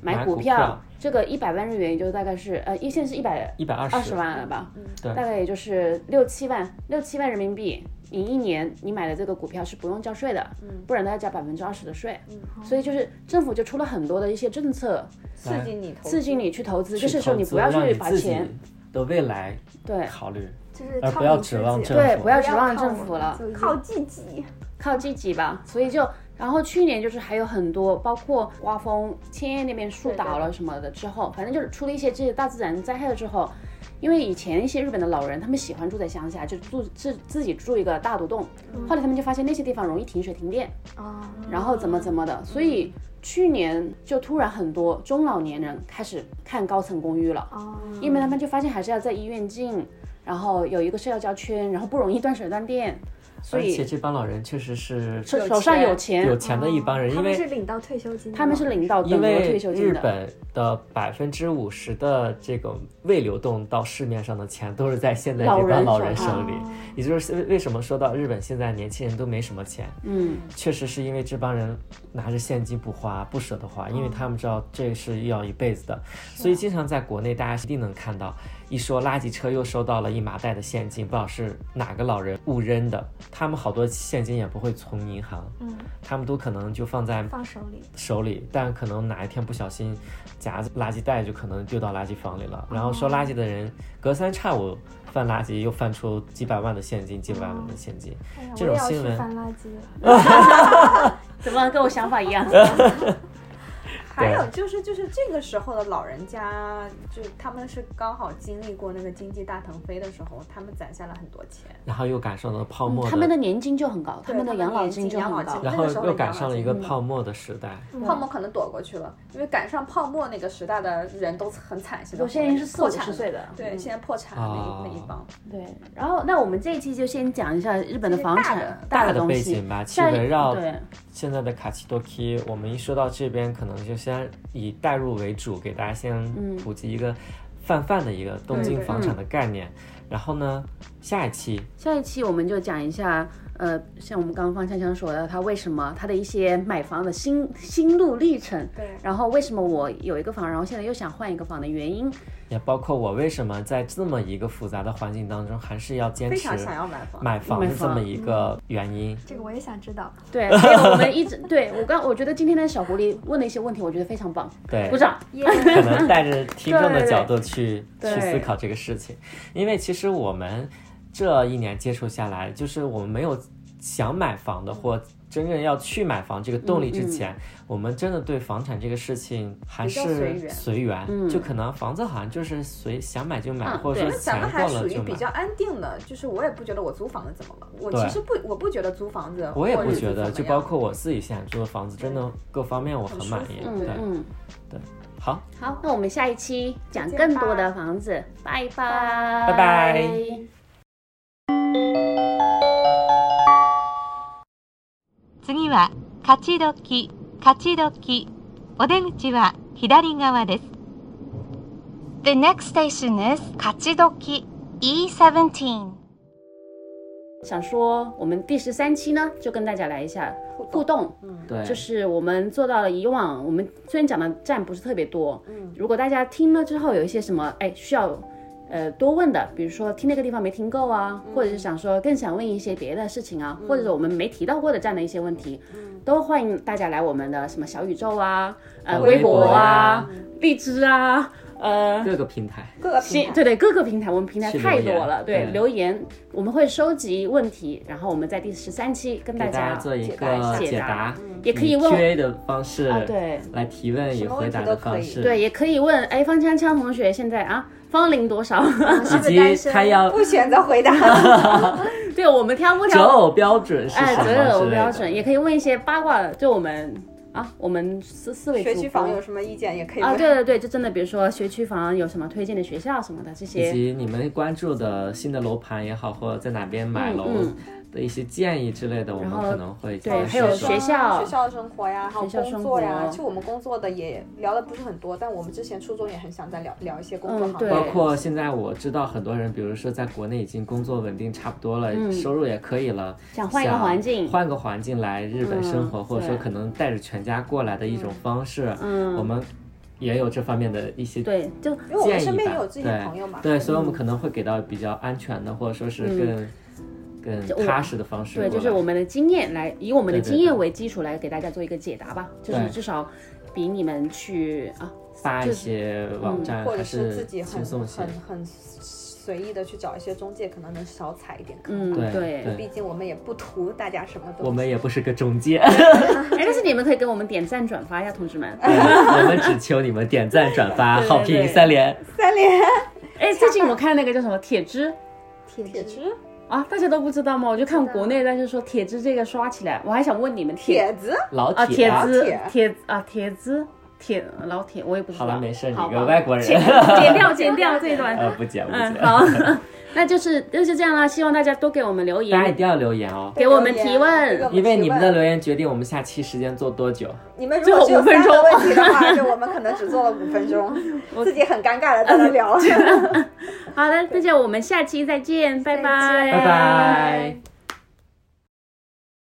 买买股股票，票这个一百万日元也就大概是呃，一现在是一百一百二二十万了吧，对大概也就是六七万六七万人民币，你一年你买的这个股票是不用交税的，不然都要交百分之二十的税。所以就是政府就出了很多的一些政策，刺激你投资，刺激你去投资，就去是说投你资不要让去你把自己钱。的未来对考虑，就是而靠哎不要你指自望己政对，府不要不指要望靠政我府们了，自己靠自己。靠自己吧。所以就，然后去年就是还有很多，包括刮风、千叶那边树对对倒了什么的之后，反正就是出了一些这些大自然灾害了之后，因为以前一些日本的老人他们喜欢住在乡下，就住自自己住一个大独栋，后来他们就发现那些地方容易停水停电，啊，然后怎么怎么的，所以去年就突然很多中老年人开始看高层公寓了。啊，哦因为他们就发现还是要在医院近，然后有一个社交圈，然后不容易断水断电，所而且以这帮老人确实是手手上有钱，啊有钱的一帮人，他因们是为领到退休金的吗，他们是领导等哦因额为退休金日的，本的百分之五十的这个未流动到市面上的钱都是在现在老这帮人老手人手上啊里，也就是为为什么说到日本现在年轻人都没什么钱，嗯，确实是因为这帮人拿着现金不花，不舍得花，嗯因为他们知道这是要一辈子的，啊所以经常在国内大家一定能看到，一说垃圾车又收到了一麻袋的现金，不知道是哪个老人误扔的，他们好多现金也不会存银行，嗯，他们都可能就放在放手里，手里，但可能哪一天不小心夹着垃圾袋，就可能丢到垃圾房里了。然哦后收垃圾的人隔三差五翻垃圾，又翻出几百万的现金，几百万的现金。哎呀，我这也种要去新闻翻垃圾了。怎么跟我想法一 <laughs> 样？还有就是，就是这个时候的老人家，就他们是刚好经历过那个经济大腾飞的时候，他们攒下了很多钱，然后又赶上了泡沫他们的年金就很高，他对们的他们养老年金金就养老很高金，然那后个时候又的赶养上老了一金个嗯泡沫的时代。泡沫可能躲过去了，因为赶上泡沫那个时代的人都很惨，现在有些人是四破五产十了岁的，嗯对，现在破产了那一那一啊帮，对。然后那我们这一期就先讲一下日本的这是房大产的大的的东背西景，吧，其下一围绕对现在的卡奇多 K，我们一说到这边，可能就先以代入为主，给大家嗯先普及一个泛泛的一个东京房产的概念。然后呢，下一期下一期我们就讲一下，呃，像我们刚刚方香香说的，她为什么她的一些买房的心心路历程，对然后为什么我有一个房，然后现在又想换一个房的原因，也包括我为什么在这么一个复杂的环境当中，还是要坚非持常想要买房。嗯买房买的这么房一个原因。这个我也想知道， <laughs> 对，所以我们一直对我刚我觉得今天的小狐狸问的一些问题，我觉得非常棒，对，鼓掌，耶，可能带着听众对的对角度去对去思考这个事情，因为其实我们这一年接触下来，就是我们没有想买房的或真正要去买房这个动力之前，我们真的对房产这个事情还嗯比较随是缘随缘，嗯就可能房子好像就是随想买就买，啊嗯或者对说那咱钱们够还属了于就买比。较安定的，就是我也不觉得我租房子怎么了，我对其实不，我不觉得租房子，我也或不者是觉得，怎么就样包括我自己现在住的房子，真的各方面我很满意。很舒服嗯对，嗯，好，好，那我们下一期讲再见更吧多的房子，拜拜，拜拜。次は勝ち時勝ち時お出口は左側です The next station is Kachidoki E17. 想说我们第十三期呢，就跟大家来一下互动互动，对，就是我们做到了以往我们虽然讲的站不是特别多，如果大家听了之后有一些什么哎需要。呃，多问的，比如说听那个地方没听够啊，或者是想说更想问一些别的事情啊，或者是我们没提到过的这样的一些问题，都欢迎大家来我们的什么小宇宙啊、呃微博博啊啊、荔枝啊、呃，各个平台。各个平新台。对对各个平台，我们平台去留太言多了，对对留言我们会收集问题，然后我们在第十三期跟给大家做一解个答一下解解答答，嗯也可以问 Q A 的方式啊对来提问与回答的方式，对，也可以问哎方锵锵同学现在啊芳龄多 <laughs> 少？啊是不是以单及身？他要不选择 <laughs> 回答，对我们挑不择挑？偶标准是哎什么之类择的偶标准，也可以问一些八卦的，就我们啊我们四四位学主区播房有什么意见也可以啊问。对对对，就真的比如说学区房有什么推荐的学校什么的这以些，及你们关注的新的楼盘也好，或者在哪边买嗯楼嗯的一些建议之类的，我们然后可能会对进行还有收集学校学校生活呀，还有学校生工活作呀。其实我们工作的也聊的不是很多，但我们之前初中也很想再聊聊一些工作嗯行对业。包括现在我知道很多人，比如说在国内已经工作稳定差不多了，嗯收入也可以了，想换一个环境换个环境来日本生活，嗯或者说对可能带着全家过来的一种方式。嗯我们也有这方面的一些对就因为我们建身议边也吧有自己的朋友嘛。嗯对，所以我们可能会给到比较安全的，或者说是更、嗯就我更踏实的方式对，过来。就是我们的经验来，以我们的对对经验对为基础来给大家做一个解答吧，就是对至少比你们去啊，发就一些网站嗯或者还是自己很轻松些很。很随意的去找一些中介，可能能少踩一点嗯，坑。对对。对毕竟我们也不图大家什么东西。我们也不是个中介，哎，但是你们可以给我们点赞转发呀，同志们。对 <laughs> 我们只求你们点赞、转发、 <laughs> 对对好评对三连。三连哎，最近我看那个叫什么铁汁铁铁质，子，啊，大家都不知道吗？我就看国内大家说铁汁这个刷起来，我还想问你们铁子，老啊铁铁啊，汁铁铁啊铁汁铁老铁，我也不知道。好了，没事，你好个吧外国 <laughs> 人，剪剪掉剪掉这一段。 <laughs> 呃，不剪不嗯，剪，好， <laughs> 那就是就是这样啦，希望大家多给我们留大家一言。定要留言哦，给我们提问给我们提因为你们的留言决定我们下期时间做多久。你们如果只有最后五分三个钟问题的话，就我们可能只做了五 <laughs> 分钟，自己很尴尬的在那聊。好的，那就我们下期再见，拜拜，拜拜。